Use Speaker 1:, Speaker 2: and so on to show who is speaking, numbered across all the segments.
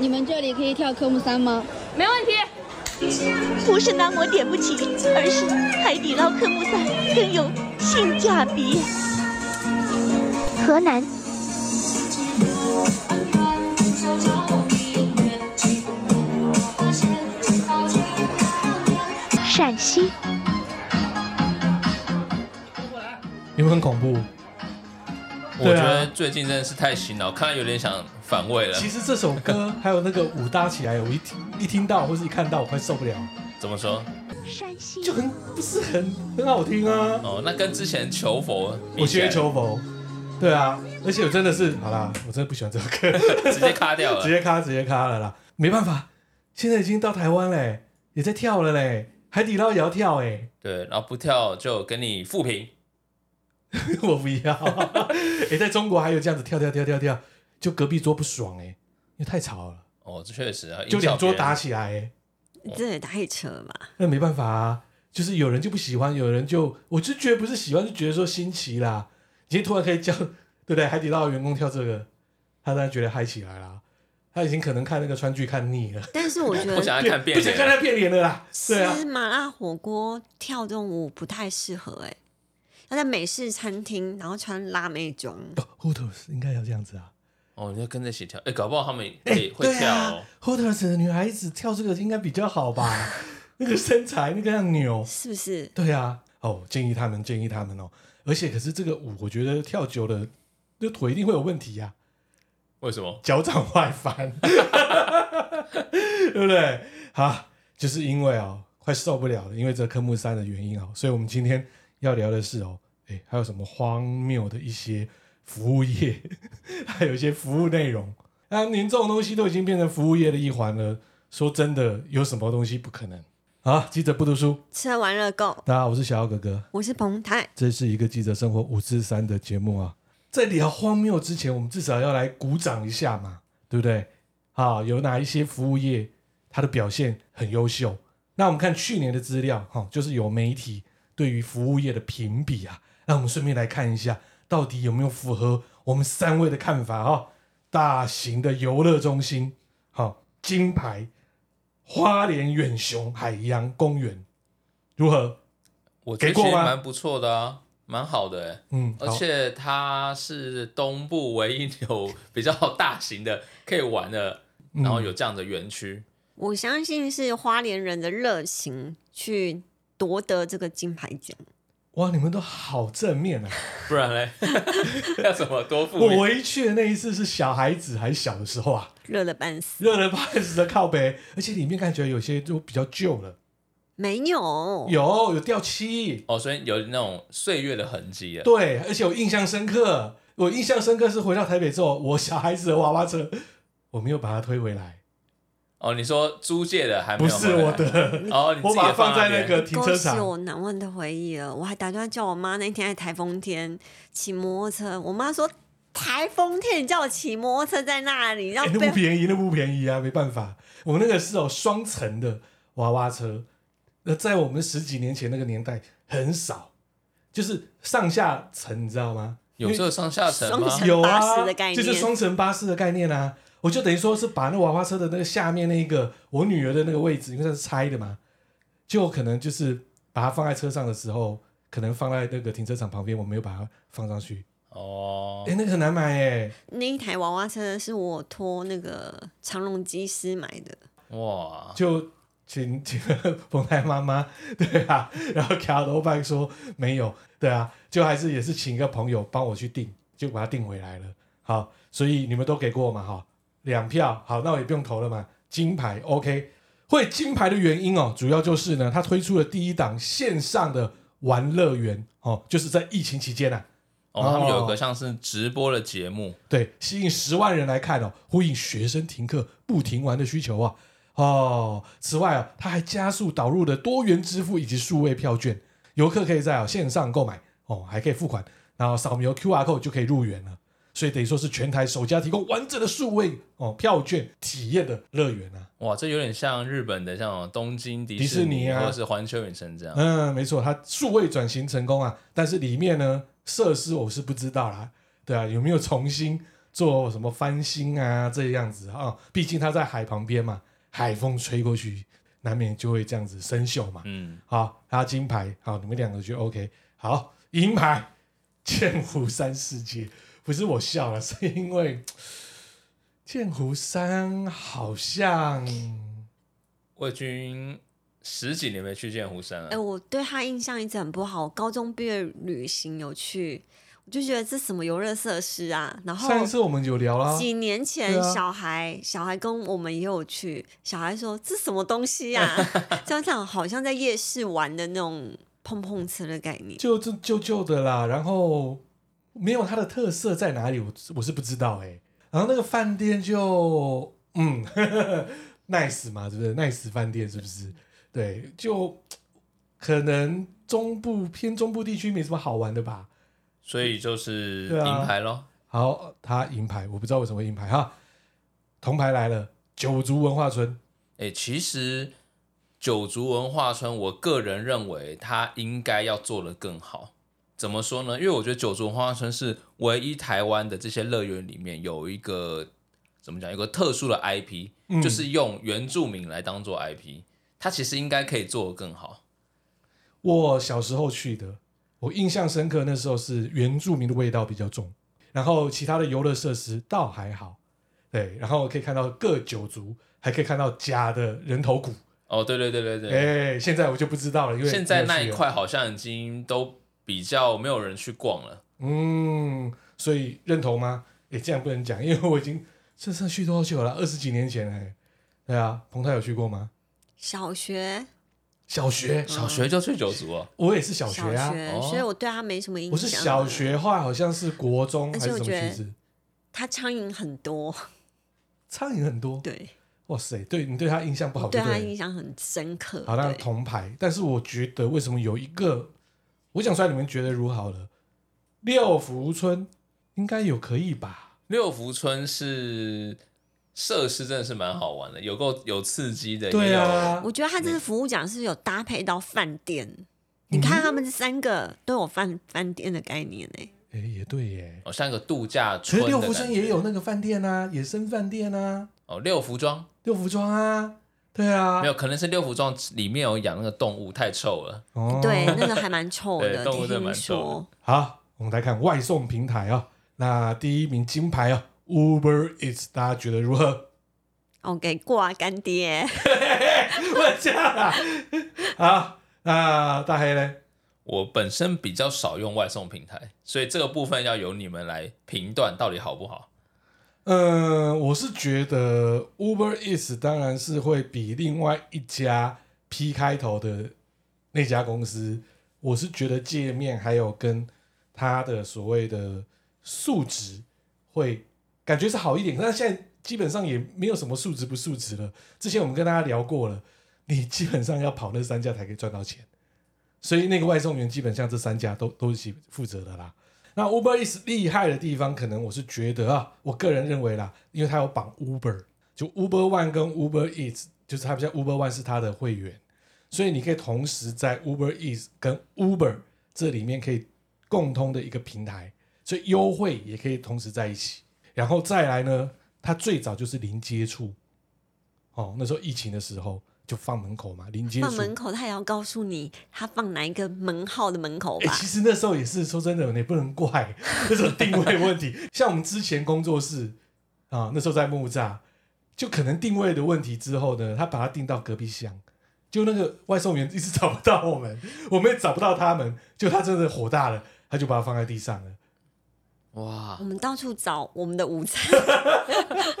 Speaker 1: 你们这里可以跳科目三吗？
Speaker 2: 没问题。
Speaker 3: 不是南模点不起，而是海底捞科目三更有性价比。
Speaker 4: 河南，陕西，
Speaker 5: 有没有很恐怖？
Speaker 6: 我
Speaker 5: 对
Speaker 6: 觉
Speaker 5: 啊
Speaker 6: 得最近真的是太洗脑，看来有点想反胃了
Speaker 5: 其。实这首歌还有那个舞搭起来，我一听一听到或是一看到，我快受不了，
Speaker 6: 怎么说？
Speaker 4: 山西，
Speaker 5: 就很不是很很好听啊。
Speaker 6: 哦，那跟之前求佛比
Speaker 5: 我
Speaker 6: 起来，
Speaker 5: 接求佛，对啊，而且我真的是好啦，我真的不喜欢这 首歌，
Speaker 6: 直接卡 掉
Speaker 5: 直
Speaker 6: 了。
Speaker 5: 接咔直接咔了啦，没办法，现在已经到台湾嘞，也在跳了嘞，海底捞也要跳哎，
Speaker 6: 对，然后不跳就跟你复评。
Speaker 5: 我不要， 哎，在中国还有这样子跳跳跳跳跳，就隔壁桌不爽哎，因为太吵了，
Speaker 6: 哦，这确实啊，
Speaker 5: 就两桌
Speaker 6: 影响别人
Speaker 5: 打起来哎。
Speaker 7: 这也太扯了吧！
Speaker 5: 那没办法啊，就是有人就不喜欢，有人就我就觉得不是喜欢，就觉得说新奇啦。今天突然可以叫，对不对？海底捞的员工跳这个，他当然觉得嗨起来啦。他已经可能看那个川剧看腻了，
Speaker 7: 但是我觉
Speaker 6: 不
Speaker 7: 得
Speaker 6: 想要看变
Speaker 5: 不想看
Speaker 6: 脸。
Speaker 5: 他变脸了啦。对啊，
Speaker 7: 吃麻辣火锅跳这种舞不太适合哎、要在美式餐厅，然后穿辣妹装，
Speaker 5: Hooters 应该要这样子啊。
Speaker 6: 哦，你就跟着一起跳，哎、搞不好他们
Speaker 5: 哎、
Speaker 6: 也会
Speaker 5: 对
Speaker 6: 跳、
Speaker 5: 啊
Speaker 6: 哦。
Speaker 5: ，Hooters 的女孩子跳这个应该比较好吧？ 那个身材，那个样扭，
Speaker 7: 是不是？
Speaker 5: 对啊，哦，建议他们，建议他们哦。而且可是这个舞，我觉得跳久了，那腿一定会有问题呀、啊。
Speaker 6: 为什么？
Speaker 5: 脚掌外翻， 对不对？好，就是因为哦，快受不了了，因为这科目三的原因哦，所以我们今天要聊的是哦，哎，还有什么荒谬的一些服务业，还有一些服务内容。那您这种东西都已经变成服务业的一环了，说真的，有什么东西不可能？好，记者不读书，
Speaker 7: 吃喝玩乐够，
Speaker 5: 大家好，我是小奥哥哥。
Speaker 7: 我是彭泰，
Speaker 5: 这是一个记者生活五四三的节目啊。在聊荒谬之前，我们至少要来鼓掌一下嘛，对不对？啊，有哪一些服务业它的表现很优秀？那我们看去年的资料，哈、就是有媒体对于服务业的评比啊。那我们顺便来看一下，到底有没有符合我们三位的看法哈、大型的游乐中心，好、金牌花莲远雄海洋公园如何？
Speaker 6: 我觉得
Speaker 5: 给过
Speaker 6: 其实
Speaker 5: 吗
Speaker 6: 蛮不错的啊，蛮好的、欸。
Speaker 5: 嗯，
Speaker 6: 而
Speaker 5: 好
Speaker 6: 且它是东部唯一有比较大型的可以玩的，
Speaker 5: 嗯
Speaker 6: 然后有这样的园区。
Speaker 7: 我相信是花莲人的热情去夺得这个金牌奖。
Speaker 5: 哇，你们都好正 面啊！
Speaker 6: 不然嘞，要怎么多负
Speaker 5: 我
Speaker 6: 面？
Speaker 5: 唯一去的那一次是小孩子还小的时候啊，
Speaker 7: 热了半死，
Speaker 5: 热了半死的靠北，而且里面看起来有些就比较旧了，
Speaker 7: 没有，
Speaker 5: 有有掉漆，
Speaker 6: 哦，所以有那种岁月的痕迹啊了。
Speaker 5: 对，而且我印象深刻，我印象深刻是回到台北之后，我小孩子的娃娃车，我没有把它推回来，
Speaker 6: 哦，你说租借的还没
Speaker 5: 不
Speaker 6: 有
Speaker 5: 是
Speaker 6: 回来
Speaker 5: 我，的，
Speaker 6: 哦，你自己
Speaker 5: 我把它
Speaker 6: 也
Speaker 5: 放在那
Speaker 6: 边
Speaker 5: 个停
Speaker 7: 勾
Speaker 5: 车
Speaker 7: 起
Speaker 5: 场。
Speaker 7: 我难忘的回忆了。我还打算叫我妈那天在台风天骑摩托车，我妈说台风天你叫我骑摩托车在那里，然
Speaker 5: 哎
Speaker 7: 后
Speaker 5: 那
Speaker 7: 被
Speaker 5: 不便宜，那不便宜啊，没办法。我那个是有双层的娃娃车，那在我们十几年前那个年代很少，就是上下层，你知道吗？
Speaker 6: 有这个上下层吗
Speaker 7: 双？层
Speaker 5: 有
Speaker 7: 巴
Speaker 5: 啊
Speaker 7: 士的概，念
Speaker 5: 就是双层巴士的概念啊。我就等于说是把那娃娃车的那个下面那一个我女儿的那个位置，因为它是拆的嘛，就可能就是把它放在车上的时候，可能放在那个停车场旁边，我没有把它放上去。
Speaker 6: 哦
Speaker 5: 哎、，那个很难买哎、
Speaker 7: 那一台娃娃车是我托那个长隆机师买的，
Speaker 6: 哇，
Speaker 5: 就请请了彭太妈妈， 对啊，然后卡罗拜说没有，对啊，就还是也是请一个朋友帮我去订，就把它订回来了。好，所以你们都给过嘛，哈，两票，好，那我也不用投了嘛，金牌，OK。会金牌的原因哦，主要就是呢，它推出了第一档线上的玩乐园哦，就是在疫情期间啊，
Speaker 6: 哦，他们有个像是直播的节目，
Speaker 5: 对，吸引十万人来看哦，呼应学生停课不停玩的需求啊。哦，此外哦，它还加速导入了多元支付以及数位票券，游客可以在哦线上购买哦，还可以付款，然后扫描 QR code 就可以入园了。所以等于说是全台首家提供完整的数位哦票券体验的乐园啊。
Speaker 6: 哇，这有点像日本的像东京迪
Speaker 5: 迪士尼啊
Speaker 6: 或者是环球影城这样。
Speaker 5: 嗯，没错，它数位转型成功啊，但是里面呢设施我是不知道啦，对啊，有没有重新做什么翻新啊这样子啊、毕竟它在海旁边嘛，海风吹过去，难免就会这样子生锈嘛。
Speaker 6: 嗯，
Speaker 5: 好，他金牌，好，你们两个就 OK。好，银牌， 剑湖山世界，不是我笑了，是因为剑湖山好像
Speaker 6: 我已经十几年没去剑湖山了。
Speaker 7: 哎、我对他印象一直很不好。我高中毕业旅行有去，我就觉得这什么游乐设施啊。然后
Speaker 5: 上一次我们有聊啦，
Speaker 7: 几年前
Speaker 5: 对，啊
Speaker 7: 小孩、小孩跟我们也有去，小孩说这什么东西呀、 啊？想想好像在夜市玩的那种碰碰车的概念。
Speaker 5: 就这旧旧的啦，然后没有它的特色在哪里，我我是不知道哎、然后那个饭店就嗯 ，nice 嘛，是不是？nice 饭店是不是？对，就可能中部偏中部地区没什么好玩的吧。
Speaker 6: 所以就是
Speaker 5: 对啊
Speaker 6: 银牌咯。
Speaker 5: 好，他银牌，我不知道为什么银牌哈。铜牌来了，九族文化村，
Speaker 6: 哎、其实九族文化村，我个人认为它应该要做得更好。怎么说呢？因为我觉得九族文化村是唯一台湾的这些乐园里面有一个怎么讲，有个特殊的 IP，、
Speaker 5: 嗯
Speaker 6: 就是用原住民来当做 IP，它其实应该可以做得更好。
Speaker 5: 我小时候去的，我印象深刻，那时候是原住民的味道比较重，然后其他的游乐设施倒还好，对，然后可以看到各九族，还可以看到假的人头骨，
Speaker 6: 哦，对对对对对，
Speaker 5: 哎，现在我就不知道了，因为
Speaker 6: 现在
Speaker 5: 没有
Speaker 6: 那
Speaker 5: 去
Speaker 6: 一
Speaker 5: 了，
Speaker 6: 块好像已经都比较没有人去逛了。
Speaker 5: 嗯，所以认同吗？哎，这样不能讲，因为我已经 这上去多久了？二十几年前了哎，对啊，彭泰有去过吗？
Speaker 7: 小学，
Speaker 5: 小学，
Speaker 6: 小学就去九族哦，
Speaker 5: 我也是小学
Speaker 7: 嗯小
Speaker 5: 啊，
Speaker 6: 哦
Speaker 7: 所以我对他没什么印象。
Speaker 5: 我是小，学，后来好像是国中
Speaker 7: 而
Speaker 5: 还
Speaker 7: 且
Speaker 5: 是
Speaker 7: 我
Speaker 5: 什么
Speaker 7: 觉得
Speaker 5: 学制，
Speaker 7: 他苍蝇很多，
Speaker 5: 苍蝇很多，
Speaker 7: 对，
Speaker 5: 哇塞，对你对他印哦象不好
Speaker 7: 对
Speaker 5: 就对
Speaker 7: 他
Speaker 5: 了，
Speaker 7: 印象很深刻。
Speaker 5: 好，那
Speaker 7: 对
Speaker 5: 铜牌。但是我觉得为什么有一个，我想出来你们觉得如何好了？六福村应该有可以吧？
Speaker 6: 六福村是设施真的是蛮好玩的，有够有刺激的，
Speaker 5: 对啊，
Speaker 7: 我觉得他这次服务奖是有搭配到饭
Speaker 6: 嗯
Speaker 7: 店。你看他们这三个都有饭饭店的概念欸呢、
Speaker 5: 哎、也对耶
Speaker 6: 也。有，哦，像一个度假
Speaker 5: 其
Speaker 6: 村
Speaker 5: 实
Speaker 6: 的
Speaker 5: 六
Speaker 6: 感觉。
Speaker 5: 福村也有那个饭店啊，野生饭店啊，
Speaker 6: 哦，六福庄
Speaker 5: 六福庄啊，对啊
Speaker 6: 没，有，可能是六福庄里面有养那个动物，太臭了。
Speaker 5: 哦
Speaker 7: 对，那个还蛮臭
Speaker 6: 对
Speaker 7: 的，
Speaker 6: 动物真的
Speaker 7: 听
Speaker 6: 蛮臭的
Speaker 7: 说。
Speaker 5: 好，我们来看外送平台啊、那第一名金牌啊，Uber Eats，大家觉得如何？
Speaker 7: 哦，给挂干爹。
Speaker 5: 我这样啊，好，那大黑嘞？
Speaker 6: 我本身比较少用外送平台，所以这个部分要由你们来评断到底好不好。
Speaker 5: 嗯，我是觉得 Uber Eats 当然是会比另外一家 P 开头的那家公司，我是觉得界面还有跟它的所谓的数值会感觉是好一点，但现在基本上也没有什么数值不数值了。之前我们跟大家聊过了，你基本上要跑那三家才可以赚到钱，所以那个外送员基本上这三家都都是负责的啦。那 Uber Eats 厉害的地方，可能我是觉得啊，我个人认为啦，因为它有绑 Uber，就 Uber One 跟 Uber Eats，就是它比较 Uber One 是它的会员，所以你可以同时在 Uber Eats 跟 Uber 这里面可以共通的一个平台，所以优惠也可以同时在一起。然后再来呢，它最早就是零接触，哦，那时候疫情的时候就放门口嘛，零接触
Speaker 7: 放。门口，他也要告诉你他放哪一个门号的门口
Speaker 5: 哎、
Speaker 7: 吧？
Speaker 5: 其实那时候也是说真的，你不能怪那时候定位问题。像我们之前工作室啊，那时候在木栅，就可能定位的问题之后呢，他把它定到隔壁巷，就那个外送员一直找不到我们， 我们也找不到他们，就他真的火大了，他就把它放在地上了。
Speaker 6: 哇
Speaker 7: 我，们到处找我们的午餐，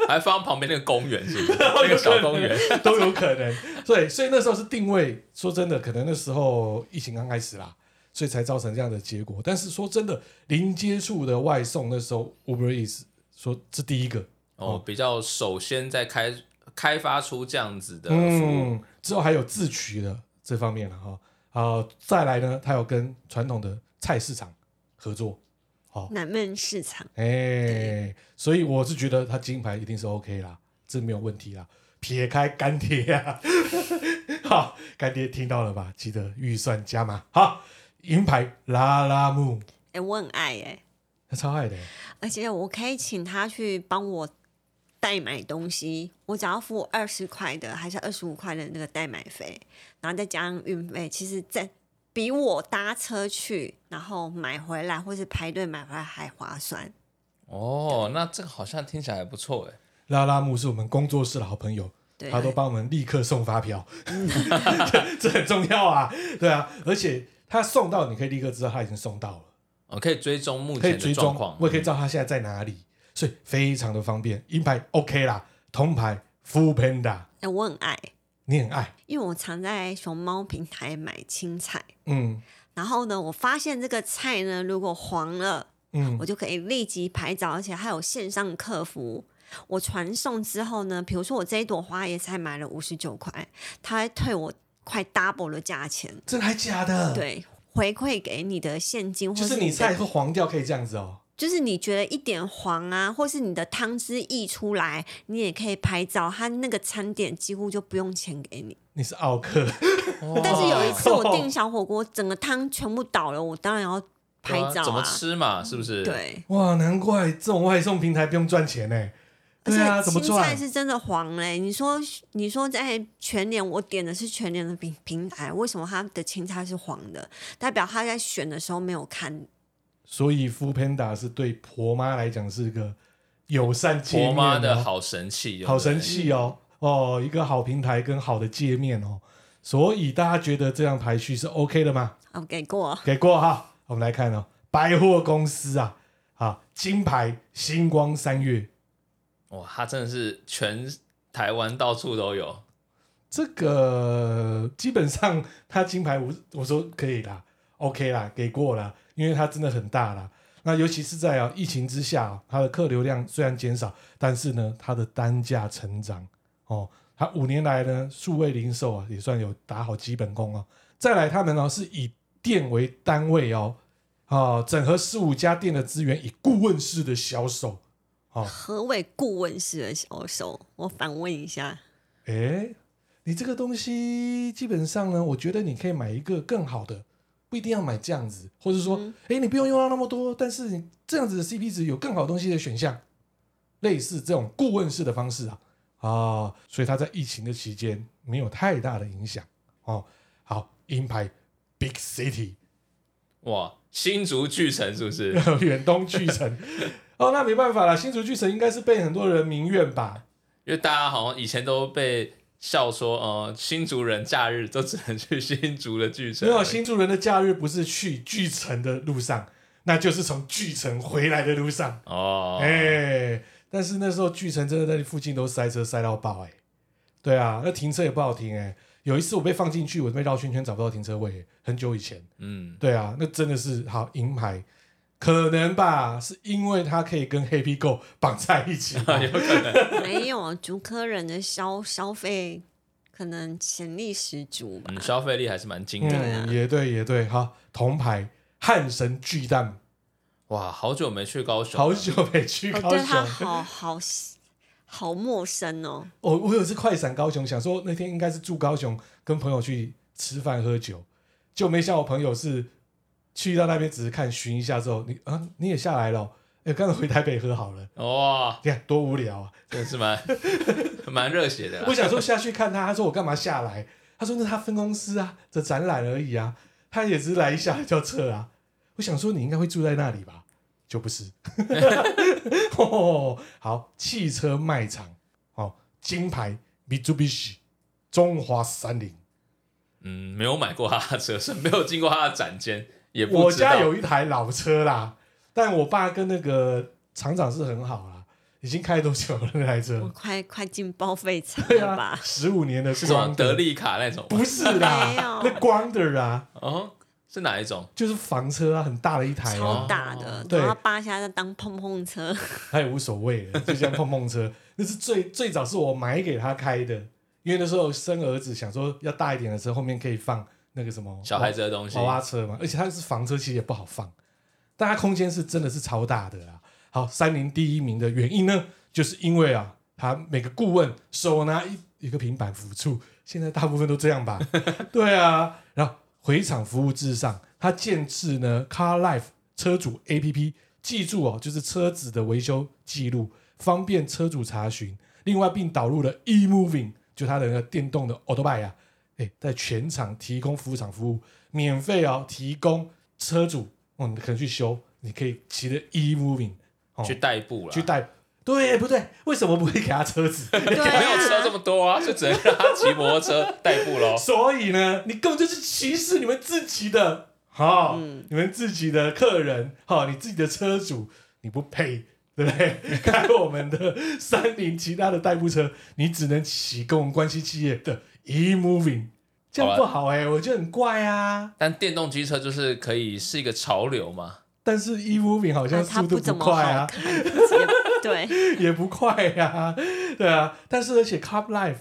Speaker 6: 还放旁边那个公园是不是？那个小公园，
Speaker 5: 都有可能。对，所以那时候是定位。说真的，可能那时候疫情刚开始啦，所以才造成这样的结果。但是说真的，零接触的外送，那时候 Uber Eats 说这第一个，
Speaker 6: 哦，比较首先在开开发出这样子的服务，
Speaker 5: 嗯，之后还有自取的这方面了哈。好，再来呢，它有跟传统的菜市场合作，
Speaker 6: 嗯
Speaker 7: 南门市场。
Speaker 5: 哎、所以我是觉得它金牌一定是 OK 啦，这没有问题啦。撇开干爹啊， 好，干爹听到了吧？记得预算加码。好，银牌拉拉木，
Speaker 7: 哎、我很爱哎、
Speaker 5: 他超爱的，
Speaker 7: 而且我可以请他去帮我代买东西，我只要付二十块的还是二十五块的那个代买费，然后再加上运费，其实在比我搭车去，然后买回来或是排队买回来还划算。
Speaker 6: 哦，那这个好像听起来还不错哎。
Speaker 5: 拉拉木是我们工作室的好朋友，
Speaker 7: 对，
Speaker 5: 他都帮我们立刻送发票， 这这很重要啊，对啊，而且他送到你可以立刻知道他已经送到了。
Speaker 6: 我哦可以追踪目
Speaker 5: 可以
Speaker 6: 前的
Speaker 5: 追
Speaker 6: 状
Speaker 5: 踪
Speaker 6: 况，，嗯
Speaker 5: 我也可以知道他现在在哪里，所以非常的方便。银牌 OK 啦，铜牌 Full Panda
Speaker 7: 哎、我很爱，
Speaker 5: 你很爱，
Speaker 7: 因为我常在熊猫平台买青菜，
Speaker 5: 嗯
Speaker 7: 然后呢，我发现这个菜呢，如果黄了，
Speaker 5: 嗯
Speaker 7: 我就可以立即拍照，而且还有线上客服。我传送之后呢，比如说我这一朵花也才买了五十九块，他还退我快 double 的价钱，
Speaker 5: 真的还假的？，
Speaker 7: 对，回馈给你的现金，
Speaker 5: 嗯
Speaker 7: 或
Speaker 5: 就是
Speaker 7: 你
Speaker 5: 你
Speaker 7: 的
Speaker 5: 菜会黄掉可以这样子哦，
Speaker 7: 就是你觉得一点黄啊，或是你的汤汁溢出来，你也可以拍照，他那个餐点几乎就不用钱给你。
Speaker 5: 你是奥克，
Speaker 6: 哦
Speaker 7: 但是有一次我订小火锅，整个汤全部倒了，我当然要拍
Speaker 6: 对啊
Speaker 7: 照
Speaker 6: 怎么
Speaker 7: 啊，
Speaker 6: 吃嘛，是不是？，
Speaker 7: 对。
Speaker 5: 哇，难怪这种外送平台不用赚钱呢。
Speaker 7: 而
Speaker 5: 对啊，
Speaker 7: 且
Speaker 5: 怎么
Speaker 7: 青菜
Speaker 5: 赚？
Speaker 7: 是真的黄嘞、你说，你说在全联，我点的是全联的平平台，为什么它的青菜是黄的？代表他在选的时候没有看。
Speaker 5: 所以 Full Panda 是对婆妈来讲是个友善界
Speaker 6: 婆
Speaker 5: 面哦
Speaker 6: 妈的好神器，对不对
Speaker 5: 好神！器哦哦，一个好平台跟好的界面哦，所以大家觉得这样排序是 OK 的吗？
Speaker 7: 我哦给过，
Speaker 5: 给过哈。我们来看哦，百货公司啊，啊，金牌星光三月，
Speaker 6: 哇，它真的是全台湾到处都有。
Speaker 5: 这个基本上它金牌我我说可以啦，OK 啦，给过啦，因为它真的很大啦。那尤其是在啊疫情之下、啊，它的客流量虽然减少，但是呢，它的单价成长哦。它五年来呢，数位零售啊也算有打好基本功哦。再来，他们呢、是以店为单位哦，哦，整合十五家店的资源，以顾问式的销售哦。
Speaker 7: 何谓顾问式的销售？我反问 一下，
Speaker 5: 诶，你这个东西基本上呢，我觉得你可以买一个更好的，不一定要买这样子，或者说，诶，你不用用到那么多，但是你这样子的 CP 值有更好的东西的选项，类似这种顾问式的方式啊啊，所以它在疫情的期间没有太大的影响哦。好，银牌 Big City
Speaker 6: 哇，新竹巨城是不是？
Speaker 5: 远东巨城哦，那没办法了，新竹巨城应该是被很多人民怨吧？
Speaker 6: 因为大家好像以前都被笑说，呃，新竹人假日都只能去新竹的巨城，
Speaker 5: 没有新竹人的假日不是去巨城的路上，那就是从巨城回来的路上。
Speaker 6: 哦，
Speaker 5: 哎、但是那时候巨城真的在那附近都塞车塞到爆哎、对啊，那停车也不好停哎、有一次我被放进去，我被绕圈圈找不到停车位、很久以前。
Speaker 6: 嗯，
Speaker 5: 对啊，那真的是好银牌，可能吧，是因为它可以跟 Happy Go 绑在一起吧。
Speaker 7: 没有竹科人的消消费可能潜力十足 吧。哦
Speaker 6: 嗯，消费力还是蛮惊人的。
Speaker 7: 啊
Speaker 5: 嗯，也对，也对。好，铜牌汉神巨蛋，
Speaker 6: 哇，好久没去高雄了，
Speaker 5: 好久没去
Speaker 7: 我
Speaker 5: 高
Speaker 7: 哦对
Speaker 5: 雄
Speaker 7: 他
Speaker 5: 了。
Speaker 7: 好好好陌生哦。
Speaker 5: 我我有一次快闪高雄，想说那天应该是住高雄，跟朋友去吃饭喝酒，就没想到我朋友是去到那边只是看巡一下之后，你啊你也下来了哦，哎、刚才回台北喝好了，
Speaker 6: 哇，
Speaker 5: 你看多无聊啊！
Speaker 6: 真是蛮 蛮热血的啦。
Speaker 5: 我想说下去看他，他说我干嘛下来？他说那他分公司啊的展览而已啊，他也只是来一下就撤啊。我想说你应该会住在那里吧，就不是。 哦，好，汽车卖场，哦，金牌 Mitsubishi 中华三菱。
Speaker 6: 嗯，没有买过他的车，是没有经过他的展间，也不
Speaker 5: 我
Speaker 6: 知道
Speaker 5: 家有一台老车啦，但我爸跟那个厂长是很好啦，已经开多久了那台
Speaker 7: 我
Speaker 5: 车？
Speaker 7: 快快进报废厂
Speaker 5: 对
Speaker 7: 了
Speaker 5: 啊
Speaker 7: 吧，？
Speaker 5: 十五年的
Speaker 6: 是什么
Speaker 5: 光
Speaker 6: 德
Speaker 5: 的，
Speaker 6: 利卡那种吗
Speaker 5: 不是啦
Speaker 7: 没，有
Speaker 5: 那光的啊，
Speaker 6: 哦，是哪一种？
Speaker 5: 就是房车啊，很大的一台
Speaker 7: 超
Speaker 5: 啊，
Speaker 7: 大的，
Speaker 5: 对
Speaker 7: 然后扒下来当碰碰车，
Speaker 5: 他也无所谓了， 就像碰碰车，那是最最早是我买给他开的，因为那时候生儿子想说要大一点的车，后面可以放那个什么
Speaker 6: 小孩子的东西
Speaker 5: 娃，哦娃车嘛，而且它是房车，其实也不好放，但它空间是真的是超大的啦。好，三菱第一名的原因呢，就是因为啊，他每个顾问手拿一一个平板辅助，现在大部分都这样吧？对啊，然后回厂服务至上，它建制呢 Car Life 车主 A P P 记住哦，就是车子的维修记录，方便车主查询。另外，并导入了 e-moving，就它的那个电动的 a u t o b i 啊，哎，在全场提供服务厂服务，免费哦，提供车主哦，你可能去修，你可以骑着 e-moving 哦
Speaker 6: 去啊代步了，
Speaker 5: 去带。对，不对？为什么不会给他车子？
Speaker 7: 对
Speaker 6: 没有车
Speaker 7: 啊，
Speaker 6: 这么多啊，就只能让他骑摩托车代步 喽。
Speaker 5: 所以呢，你根本就是歧视你们自己的，哈、
Speaker 7: 嗯
Speaker 5: 你们自己的客人，哈、你自己的车主，你不配，对不对？ 开我们的三菱其他的代步车，你只能骑跟我们关系企业的 e moving，这样不好哎、我觉得很怪啊。
Speaker 6: 但电动机车就是可以是一个潮流嘛，
Speaker 5: 但是 e moving 好像
Speaker 7: 它
Speaker 5: 速度
Speaker 7: 怎么
Speaker 5: 快啊
Speaker 7: 好，看，也对，
Speaker 5: 也不快呀、对啊。 但是而且 Cup Life，、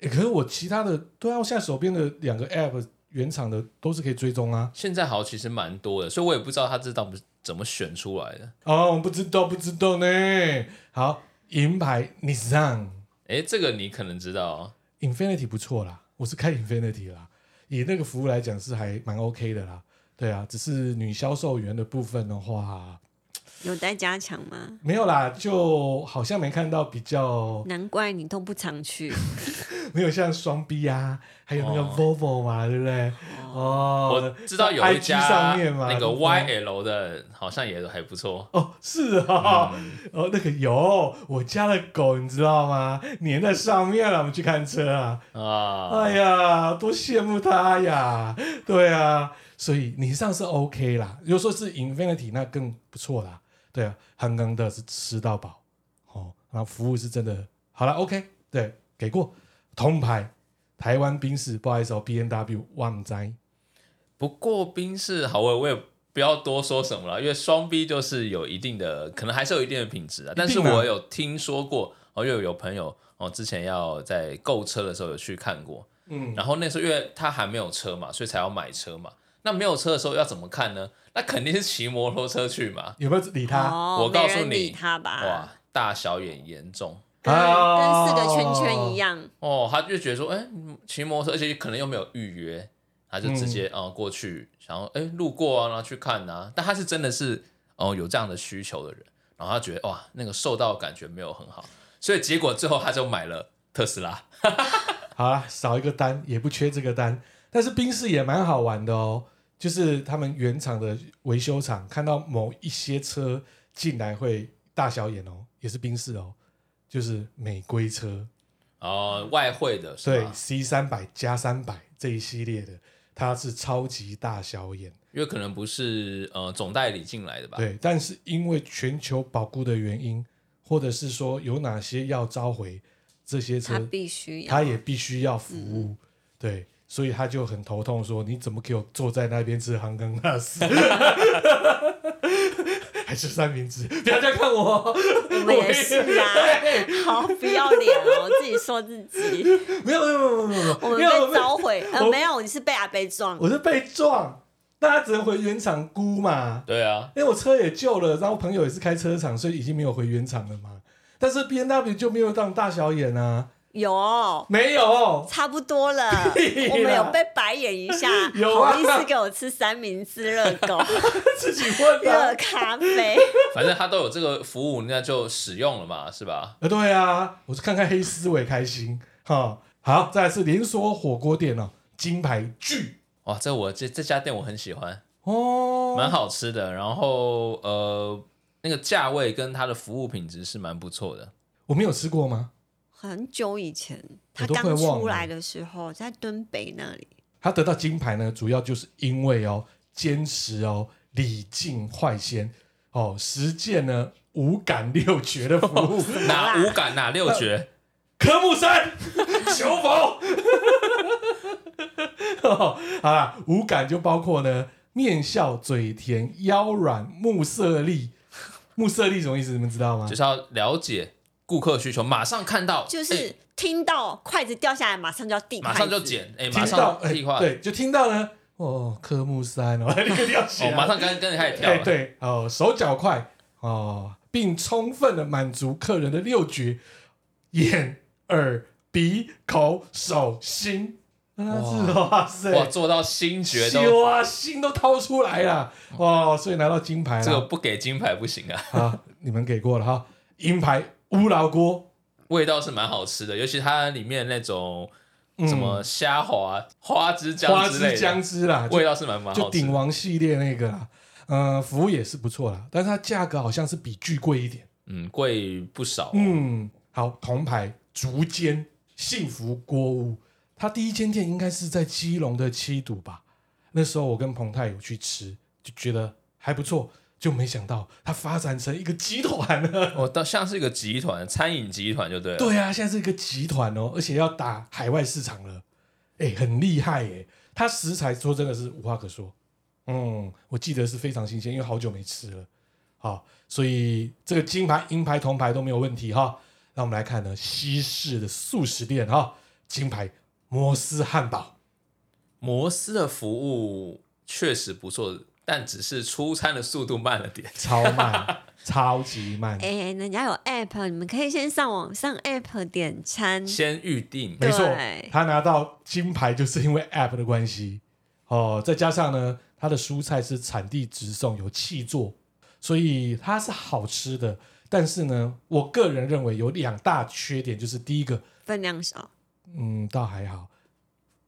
Speaker 5: 欸、可是我其他的，对啊，我现在手边的两个 App 原厂的都是可以追踪啊。
Speaker 6: 现在好其实蛮多的，所以我也不知道他这到底怎么选出来的。
Speaker 5: 哦，不知道，不知道呢。好，银牌 Nissan
Speaker 6: 哎，这个你可能知道、哦，
Speaker 5: Infinity 不错啦，我是开 Infinity 啦，以那个服务来讲是还蛮 OK 的啦。对啊，只是女销售员的部分的话，
Speaker 7: 有待加强吗？
Speaker 5: 没有啦，就好像没看到比较
Speaker 7: 难怪你都不常去，
Speaker 5: 没有像双 B 啊，还有那个
Speaker 6: 哦
Speaker 5: Volvo 嘛，对不对？哦，
Speaker 6: 我知道有一
Speaker 5: IG 上
Speaker 6: 家
Speaker 5: 面嘛，
Speaker 6: 那个
Speaker 5: 对不对
Speaker 6: YL 的，好像也还不错。
Speaker 5: 哦，是哦，
Speaker 6: 嗯
Speaker 5: 哦，那个有我家的狗，你知道吗？粘在上面了，我们去看车啊。
Speaker 6: 啊，
Speaker 5: 哎呀，多羡慕他呀！对啊，所以你上是 OK 啦。如果说是 Infinity，那更不错啦。对啊，刚刚的是吃到饱哦，然后服务是真的好了，OK，对，给过铜牌，台湾宾士，不好意思哦，B N W 旺灾
Speaker 6: 不过宾士好，我我也不要多说什么了，因为双 B 就是有一定的，可能还是有一定的品质啊。但是我有听说过，哦，又有朋友哦，之前要在购车的时候有去看过，
Speaker 5: 嗯，
Speaker 6: 然后那时候因为他还没有车嘛，所以才要买车嘛。那没有车的时候要怎么看呢？那肯定是骑摩托车去嘛。
Speaker 5: 有没有理他？
Speaker 7: 哦，
Speaker 6: 我告
Speaker 7: 没
Speaker 6: 诉
Speaker 7: 人理
Speaker 6: 你，
Speaker 7: 他
Speaker 6: 哇
Speaker 7: 吧，，
Speaker 6: 大小眼严重
Speaker 7: 跟
Speaker 5: 哦
Speaker 7: 跟四个圈圈一样，
Speaker 6: 哦，他就觉得说，哎、骑摩托车，而且可能又没有预约，他就直接
Speaker 5: 嗯
Speaker 6: 哦、呃过去，想要哎、路过啊，然后去看啊。但他是真的是哦、有这样的需求的人，然后他觉得哇，那个受到感觉没有很好，所以结果最后他就买了特斯拉。
Speaker 5: 好啦，少一个单也不缺这个单，但是宾士也蛮好玩的哦。就是他们原厂的维修厂看到某一些车进来会大小眼哦，也是宾士哦，就是美规车，
Speaker 6: 哦，外汇的是
Speaker 5: 对
Speaker 6: 吧？
Speaker 5: C 三百加三百这一系列的，它是超级大小眼，
Speaker 6: 因为可能不是呃总代理进来的吧？，
Speaker 5: 对。但是因为全球保固的原因，或者是说有哪些要召回这些车
Speaker 7: 他，必须要，
Speaker 5: 他也必须要服务，对，所以他就很头痛，说你怎么给我坐在那边吃韩庚那 斯，还吃三明治？不要这样看我，
Speaker 7: 我们也是啊，好不要脸哦，自己说自己，
Speaker 5: 没有没有没有没有没有，
Speaker 7: 我们
Speaker 5: 没有
Speaker 7: 被召回，
Speaker 5: 我
Speaker 7: 呃，没有，你是被阿贝撞，
Speaker 5: 我是被撞，大家只能回原厂估嘛，
Speaker 6: 对啊，
Speaker 5: 因为我车也旧了，然后朋友也是开车厂，所以已经没有回原厂了嘛。但是 B N W 就没有当大小眼啊，
Speaker 7: 有。
Speaker 5: 没有，
Speaker 7: 差不多了，
Speaker 5: 屁啦
Speaker 7: 我们有被白眼一下，
Speaker 5: 有啊
Speaker 7: 好意思给我吃三明治、热 狗、
Speaker 5: 自己问
Speaker 7: 热
Speaker 5: 的。啊
Speaker 7: 咖啡，
Speaker 6: 反正他都有这个服务，那就使用了嘛，是吧？
Speaker 5: 呃，对啊，我是看看黑思维开心哈、好，再来是连锁火锅店哦，金牌巨
Speaker 6: 哇，这我这这家店我很喜欢，
Speaker 5: 哦，
Speaker 6: 蛮好吃的。然后呃，那个价位跟它的服务品质是蛮不错的。
Speaker 5: 我没有吃过吗？
Speaker 7: 很久以前，他
Speaker 5: 我都快
Speaker 7: 刚
Speaker 5: 忘了
Speaker 7: 出来的时候，在敦北那里。
Speaker 5: 他得到金牌呢，主要就是因为哦，坚持哦，礼敬坏先哦，实践呢五感六觉的服务。
Speaker 6: 哪五感哪
Speaker 5: 呃
Speaker 6: 六绝？
Speaker 5: 科目三，求佛。哦好啦，五感就包括呢，面笑、嘴甜、腰软、目色力。目色力什么意思？你们知道吗
Speaker 6: 就？是要了解顾客需求，马上看到，
Speaker 7: 就
Speaker 6: 哎
Speaker 7: 是听到筷子掉下来，马上就要递筷
Speaker 6: 马
Speaker 7: 子，
Speaker 6: 上就剪，哎，马
Speaker 5: 听到
Speaker 6: 上替换，
Speaker 5: 对，就听到呢。哦，科目三哦， 立刻掉血、
Speaker 6: 哦，马上跟跟着开始跳
Speaker 5: 哎，
Speaker 6: 了。
Speaker 5: 对哦，手脚快哦，并充分的满足客人的六觉：眼、耳、鼻、口、手、心。那他是啊哇塞，
Speaker 6: 哇，做到星爵都，嗯
Speaker 5: 有啊，心都掏出来了，哇，所以拿到金牌
Speaker 6: 这个
Speaker 5: 了。
Speaker 6: 不给金牌不行啊。
Speaker 5: 啊，你们给过了哈，银牌乌老锅，
Speaker 6: 味道是蛮好吃的，尤其它里面那种
Speaker 5: 嗯
Speaker 6: 什么虾滑、啊花枝
Speaker 5: 花
Speaker 6: 姜之
Speaker 5: 枝
Speaker 6: 类
Speaker 5: 姜
Speaker 6: 的，
Speaker 5: 汁啦，就
Speaker 6: 味道是蛮蛮
Speaker 5: 就
Speaker 6: 好吃
Speaker 5: 鼎
Speaker 6: 的。
Speaker 5: 王系列那个啦，呃，服务也是不错啦，但是它价格好像是比巨贵一点。
Speaker 6: 嗯，贵不少。
Speaker 5: 嗯，好，铜牌竹间幸福锅屋，它第一间店应该是在基隆的七堵吧？那时候我跟彭泰有去吃，就觉得还不错，就没想到它发展成一个集团了。
Speaker 6: 我哦倒像是一个集团，餐饮集团就对了。，
Speaker 5: 对啊，现在是一个集团哦，而且要打海外市场了，哎、很厉害耶！它食材说真的是无话可说，嗯，我记得是非常新鲜，因为好久没吃了，好，所以这个金牌、银牌、铜牌都没有问题哈。那我们来看呢，西式的素食店哈，金牌摩斯汉堡，
Speaker 6: 摩斯的服务确实不错，但只是出餐的速度慢了点。
Speaker 5: 超慢，超级慢，
Speaker 7: 哎，人家有 app，你们可以先上网上 app 点
Speaker 5: 嗯
Speaker 7: 餐。
Speaker 6: 先预定，
Speaker 5: 没错
Speaker 7: 对，
Speaker 5: 他拿到金牌就是因为 App 的关系哦，再加上呢，他的蔬菜是产地直送，有气做，所以它是好吃的。但是呢，我个人认为有两大缺点，就是第一个，
Speaker 7: 分量少，
Speaker 5: 嗯，倒还好，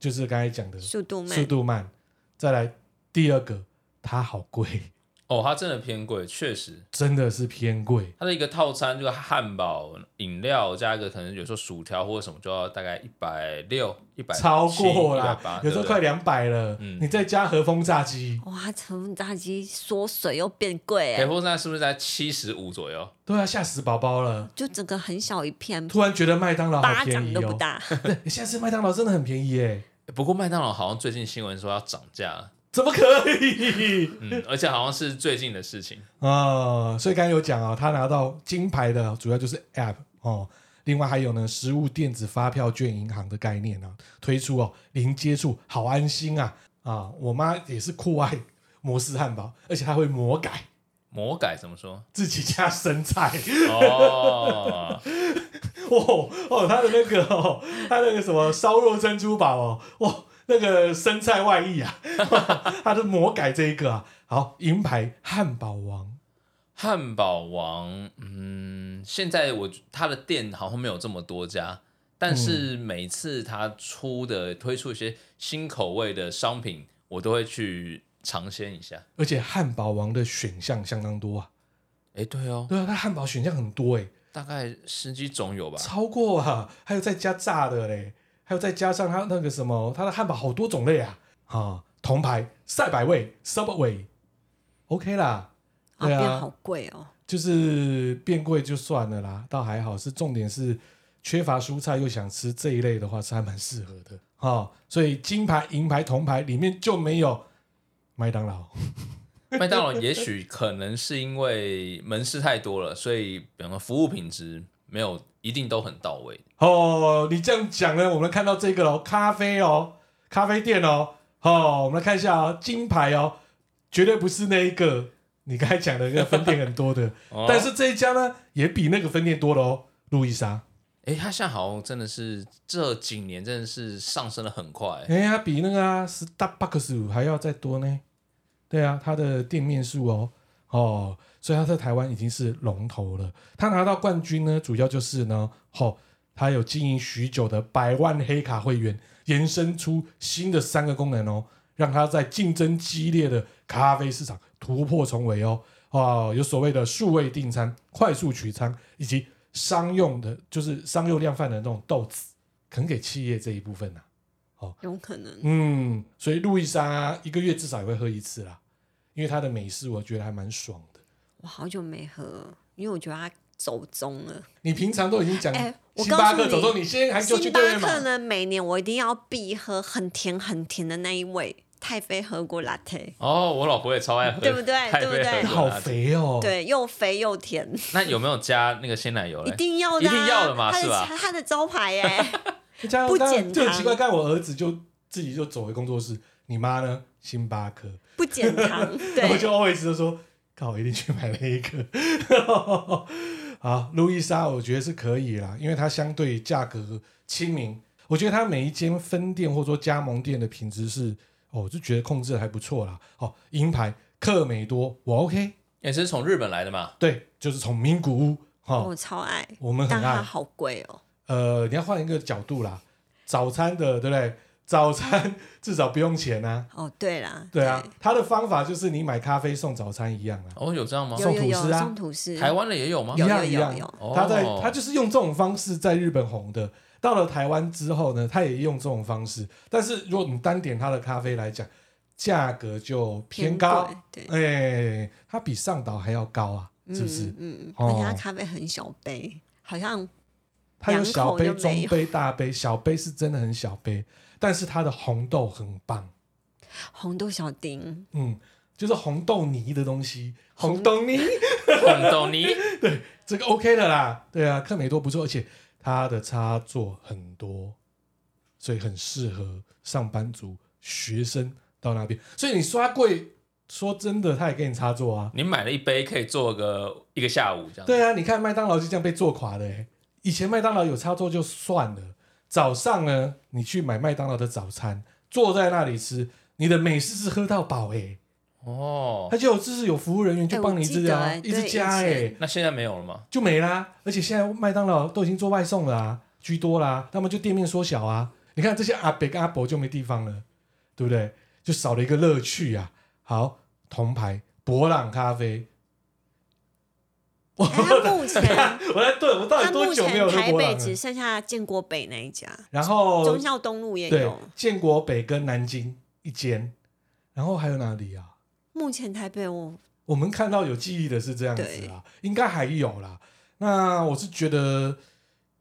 Speaker 5: 就是刚才讲的
Speaker 7: 速度慢，
Speaker 5: 速度慢。再来第二个，它好贵，
Speaker 6: 哦，它真的偏贵，确实，
Speaker 5: 真的是偏贵。
Speaker 6: 它的一个套餐就是汉堡、饮料加一个可能有时候薯条或者什么，就要大概一百六、一百
Speaker 5: 超过啦，有时候快
Speaker 6: 点。
Speaker 5: 两百了。
Speaker 6: 嗯
Speaker 5: 你再加和风炸鸡，
Speaker 7: 哇，成本炸鸡缩水又变贵
Speaker 6: 北
Speaker 7: 哎，
Speaker 6: 风站是不是在七十五左右？
Speaker 5: 都啊要吓死宝宝了。
Speaker 7: 就整个很小一片，
Speaker 5: 突然觉得麦当劳好
Speaker 7: 巴
Speaker 5: 便
Speaker 7: 掌
Speaker 5: 宜
Speaker 7: 都
Speaker 5: 哦
Speaker 7: 不， 大。啊
Speaker 5: 对，下次麦当劳真的很便宜耶，
Speaker 6: 哎不过麦当劳好像最近新闻说要涨价了，
Speaker 5: 怎么可以
Speaker 6: 嗯，而且好像是最近的事情。
Speaker 5: 啊、所以刚刚有讲啊、他拿到金牌的主要就是 App 哦，另外还有呢，实物电子发票券银行的概念啊，推出哦，零接触，好安心啊啊！我妈也是酷爱摩斯汉堡，而且她会魔改
Speaker 6: 魔改怎么说？
Speaker 5: 自己家生菜。
Speaker 6: 哦，
Speaker 5: 哦哦，他的那个哦，他那个什么烧肉珍珠堡哦，哇，那个生菜外溢啊， 他是魔改这一个啊。好，银牌汉堡王，
Speaker 6: 汉堡王，嗯，现在我他的店好像没有这么多家，但是每次他出的推出一些新口味的商品，我都会去尝鲜一下。
Speaker 5: 而且汉堡王的选项相当多啊。
Speaker 6: 哎，对哦，
Speaker 5: 对啊，他汉堡选项很多哎、
Speaker 6: 大概十几种有吧。
Speaker 5: 超过啊，还有再加炸的嘞，还有再加上他那个什么，他的汉堡好多种类啊啊，铜牌赛百味 Subway，OK、啦，对
Speaker 7: 啊，变
Speaker 5: 啊
Speaker 7: 好，贵哦！
Speaker 5: 就是变贵就算了啦，倒还好。是重点是缺乏蔬菜又想吃这一类的话，是还蛮适合的哈、哦。所以金牌、银牌、铜牌里面就没有麦当劳。
Speaker 6: 麦当劳也许可能是因为门市太多了，所以比方说服务品质没有一定都很到位。
Speaker 5: 哦，你这样讲呢，我们看到这个哦，咖啡哦，咖啡店哦，哦，我们来看一下哦，金牌哦，绝对不是那一个你刚才讲的那个分店很多的，
Speaker 6: 哦
Speaker 5: 但是这一家呢，也比那个分店多了哦，路易莎，
Speaker 6: 哎，它现在好像真的是这几年真的是上升的很快。
Speaker 5: 哎、它比那个啊 Starbucks 还要再多呢。对啊，它的店面数哦，哦，所以它在台湾已经是龙头了。它拿到冠军呢，主要就是呢，哦，它有经营许久的百万黑卡会员，延伸出新的三个功能哦，让它在竞争激烈的咖啡市场突破重围哦。哦，有所谓的数位订餐、快速取餐，以及商用的，就是商用量贩的那种豆子，肯给企业这一部分啊呐、
Speaker 7: 有可能
Speaker 5: 嗯，所以路易莎一个月至少也会喝一次啦，因为她的美式我觉得还蛮爽的。
Speaker 7: 我好久没喝，因为我觉得它走中了。
Speaker 5: 你平常都已经讲
Speaker 7: 哎我
Speaker 5: 星巴
Speaker 7: 告诉
Speaker 5: 克
Speaker 7: 你
Speaker 5: 走动，你先还就去
Speaker 7: 星
Speaker 5: 对
Speaker 7: 巴
Speaker 5: 面
Speaker 7: 克
Speaker 5: 嘛？
Speaker 7: 呢，每年我一定要必喝很甜很甜的那一味太妃喝过 latte，
Speaker 6: 哦，我老婆也超爱喝，
Speaker 7: 对不对
Speaker 6: 太妃
Speaker 7: 对不对
Speaker 6: 喝啊
Speaker 5: 你
Speaker 6: 过
Speaker 5: 好
Speaker 6: 拿铁。
Speaker 5: 肥哦！，
Speaker 7: 对，又肥又甜，
Speaker 6: 那有没有加那个鲜奶油嘞？
Speaker 7: 一定要
Speaker 6: 一
Speaker 7: 的啊，
Speaker 6: 定要的嘛，
Speaker 7: 它
Speaker 6: 是吧？
Speaker 7: 它的招牌哎，
Speaker 5: 加
Speaker 7: 不
Speaker 5: 当然
Speaker 7: 健
Speaker 5: 就很
Speaker 7: 康
Speaker 5: 奇怪，刚才我儿子就自己就走回工作室，你妈呢？星巴克，
Speaker 7: 不减 糖，
Speaker 5: 然后
Speaker 7: 对
Speaker 5: 就 always 就说，靠，我一定去买了一个。 好，路易莎我觉得是可以啦，因为它相对价格亲民，我觉得它每一间分店或者说加盟店的品质是，哦，我就觉得控制的还不错啦。哦，银牌克美多，我 OK，
Speaker 6: 也是从日本来的嘛，
Speaker 5: 对，就是从名古屋哈、
Speaker 7: 我哦超爱，
Speaker 5: 我们
Speaker 7: 但
Speaker 5: 很
Speaker 7: 它
Speaker 5: 爱。
Speaker 7: 好贵哦。
Speaker 5: 呃，你要换一个角度啦，早餐的对不对？早餐 至少不用钱啊，
Speaker 7: 哦，对啦，
Speaker 5: 对啊，他的方法就是你买咖啡送早餐一样啊，
Speaker 6: 哦，有这样吗
Speaker 7: 对，？
Speaker 5: 送
Speaker 7: 有有
Speaker 5: 吐司
Speaker 7: 有
Speaker 5: 啊
Speaker 7: 送吐司，
Speaker 6: 台湾的也有吗？
Speaker 5: 一
Speaker 7: 有
Speaker 5: 样一样
Speaker 7: 有。
Speaker 6: 有
Speaker 5: 他在
Speaker 6: 哦
Speaker 5: 他就是用这种方式在日本红的，到了台湾之后呢，他也用这种方式。但是如果你单点他的咖啡来讲，价格就偏高
Speaker 7: 偏，贵
Speaker 5: 哎、它比上岛还要高啊，是不是？
Speaker 7: 嗯，嗯嗯
Speaker 5: 哦
Speaker 7: 而且它咖啡很小杯，好像
Speaker 5: 它有
Speaker 7: 两口
Speaker 5: 小杯、
Speaker 7: 就没
Speaker 5: 中
Speaker 7: 有
Speaker 5: 杯、大杯，小杯是真的很小杯，但是它的红豆很棒，
Speaker 7: 红豆小 丁，
Speaker 5: 嗯，就是红豆泥的东西，红豆泥。
Speaker 6: 红豆泥，
Speaker 5: 这个 OK 的啦，对啊，克美多不错，而且它的插座很多，所以很适合上班族、学生到那边。所以你刷柜，说真的，他也给你插座啊。
Speaker 6: 你买了一杯可以做个一个下午这样。
Speaker 5: 对啊，你看麦当劳就这样被做垮的、欸。以前麦当劳有插座就算了，早上呢，你去买麦当劳的早餐，坐在那里吃，你的美式是喝到饱哎、欸，
Speaker 6: 哦
Speaker 5: 而，且有就是有服务人员
Speaker 7: 哎
Speaker 5: 就
Speaker 7: 我
Speaker 5: 帮你一
Speaker 7: 记
Speaker 5: 直
Speaker 7: 得
Speaker 5: 啊，
Speaker 7: 欸
Speaker 5: 一直
Speaker 7: 对
Speaker 5: 加哎、
Speaker 7: 以前
Speaker 6: 那现在没有了吗？
Speaker 5: 就没啦。而且现在麦当劳都已经做外送了、啊，居多啦，那么就店面缩小啊。你看这些阿北跟阿伯就没地方了，对不对？就少了一个乐趣啊。好，铜牌博朗咖啡，
Speaker 7: 哎它目前
Speaker 5: 我在对我到底
Speaker 7: 它目
Speaker 5: 多久没有
Speaker 7: 前
Speaker 5: 喝
Speaker 7: 台
Speaker 5: 博朗
Speaker 7: 北
Speaker 5: 了？
Speaker 7: 只剩下建国北那一家，
Speaker 5: 然
Speaker 7: 忠
Speaker 5: 后
Speaker 7: 孝东路也
Speaker 5: 对
Speaker 7: 有，
Speaker 5: 建国北跟南京一间，然后还有哪里啊？
Speaker 7: 目前台北我
Speaker 5: 我们看到有记忆的是这样子
Speaker 7: 对
Speaker 5: 啦，应该还有啦。那我是觉得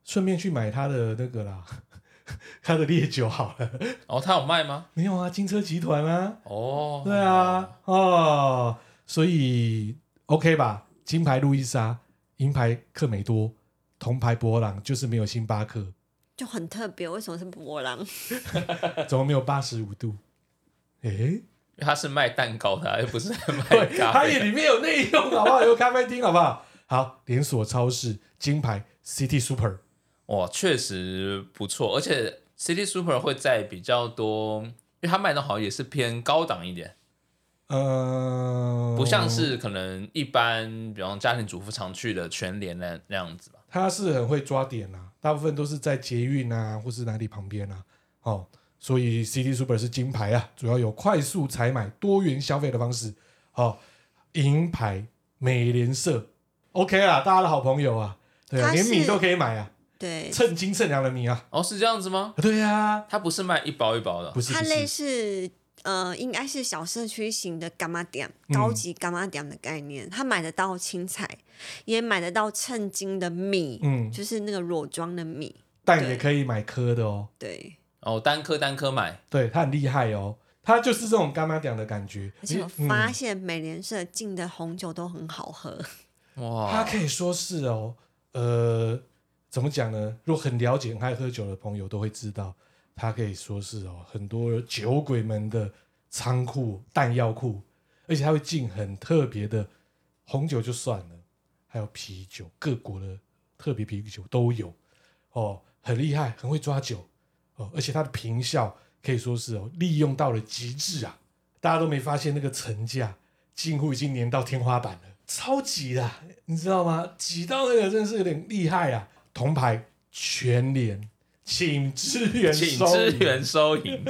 Speaker 5: 顺便去买他的那个啦， 他的烈酒好了。
Speaker 6: 哦，他有卖吗？
Speaker 5: 没有啊，金车集团啊，
Speaker 6: 哦，
Speaker 5: 对啊，哦，所以 OK 吧，金牌路易莎，银牌克美多，铜牌博朗，就是没有星巴克，
Speaker 7: 就很特别，为什么是波浪？
Speaker 5: 怎么没有八十五度？诶，
Speaker 6: 因为他是卖蛋糕的啊，又不是卖
Speaker 5: 对，
Speaker 6: 咖
Speaker 5: 它也
Speaker 6: 啡的。
Speaker 5: 里面有内用，好不好？有咖啡厅，好不好？好，连锁超市金牌 City Super，
Speaker 6: 哇，确实不错，而且 City Super 会在比较多，因为它卖的好像也是偏高档一点，
Speaker 5: 呃，
Speaker 6: 不像是可能一般，比方家庭主妇常去的全联那那样子吧。
Speaker 5: 他是很会抓点啊，大部分都是在捷运啊，或是哪里旁边啊，哦，所以 City Super 是金牌啊，主要有快速采买、多元消费的方式，哦，银牌美联社，OK 啦，大家的好朋友啊，对啊，
Speaker 7: 它
Speaker 5: 连
Speaker 7: 是
Speaker 5: 米都可以买啊，
Speaker 7: 对，
Speaker 5: 称斤称两的米 啊，
Speaker 6: 哦，是这样子吗？
Speaker 5: 啊对啊，
Speaker 6: 它不是卖一包一包的
Speaker 5: 不，是
Speaker 7: 它
Speaker 5: 不
Speaker 7: 类
Speaker 5: 是，
Speaker 7: 似呃，应该是小社区型的干妈店，
Speaker 5: 嗯
Speaker 7: 高级干妈店的概念，它买得到青菜，也买得到称斤的米，
Speaker 5: 嗯
Speaker 7: 就是那个裸装的米，
Speaker 5: 但也可以买颗的哦，
Speaker 7: 对，
Speaker 6: 哦，单颗单颗买，
Speaker 5: 对，他很厉害哦，他就是这种干妈讲的感觉，
Speaker 7: 而且我
Speaker 5: 嗯
Speaker 7: 发现美联社进的红酒都很好喝，
Speaker 5: 他
Speaker 6: 哇，
Speaker 5: 可以说是哦，呃，怎么讲呢？如果很了解、很爱喝酒的朋友都会知道，他可以说是哦，很多酒鬼们的仓库、弹药库，而且他会进很特别的红酒就算了，还有啤酒，各国的特别啤酒都有哦，很厉害，很会抓酒哦，而且它的平效可以说是哦，利用到了极致啊！大家都没发现那个层架近乎已经粘到天花板了，超级的啊，你知道吗？挤到那个真的是有点厉害啊！铜牌全联，请支援
Speaker 6: 请
Speaker 5: 收银
Speaker 6: 支援收银。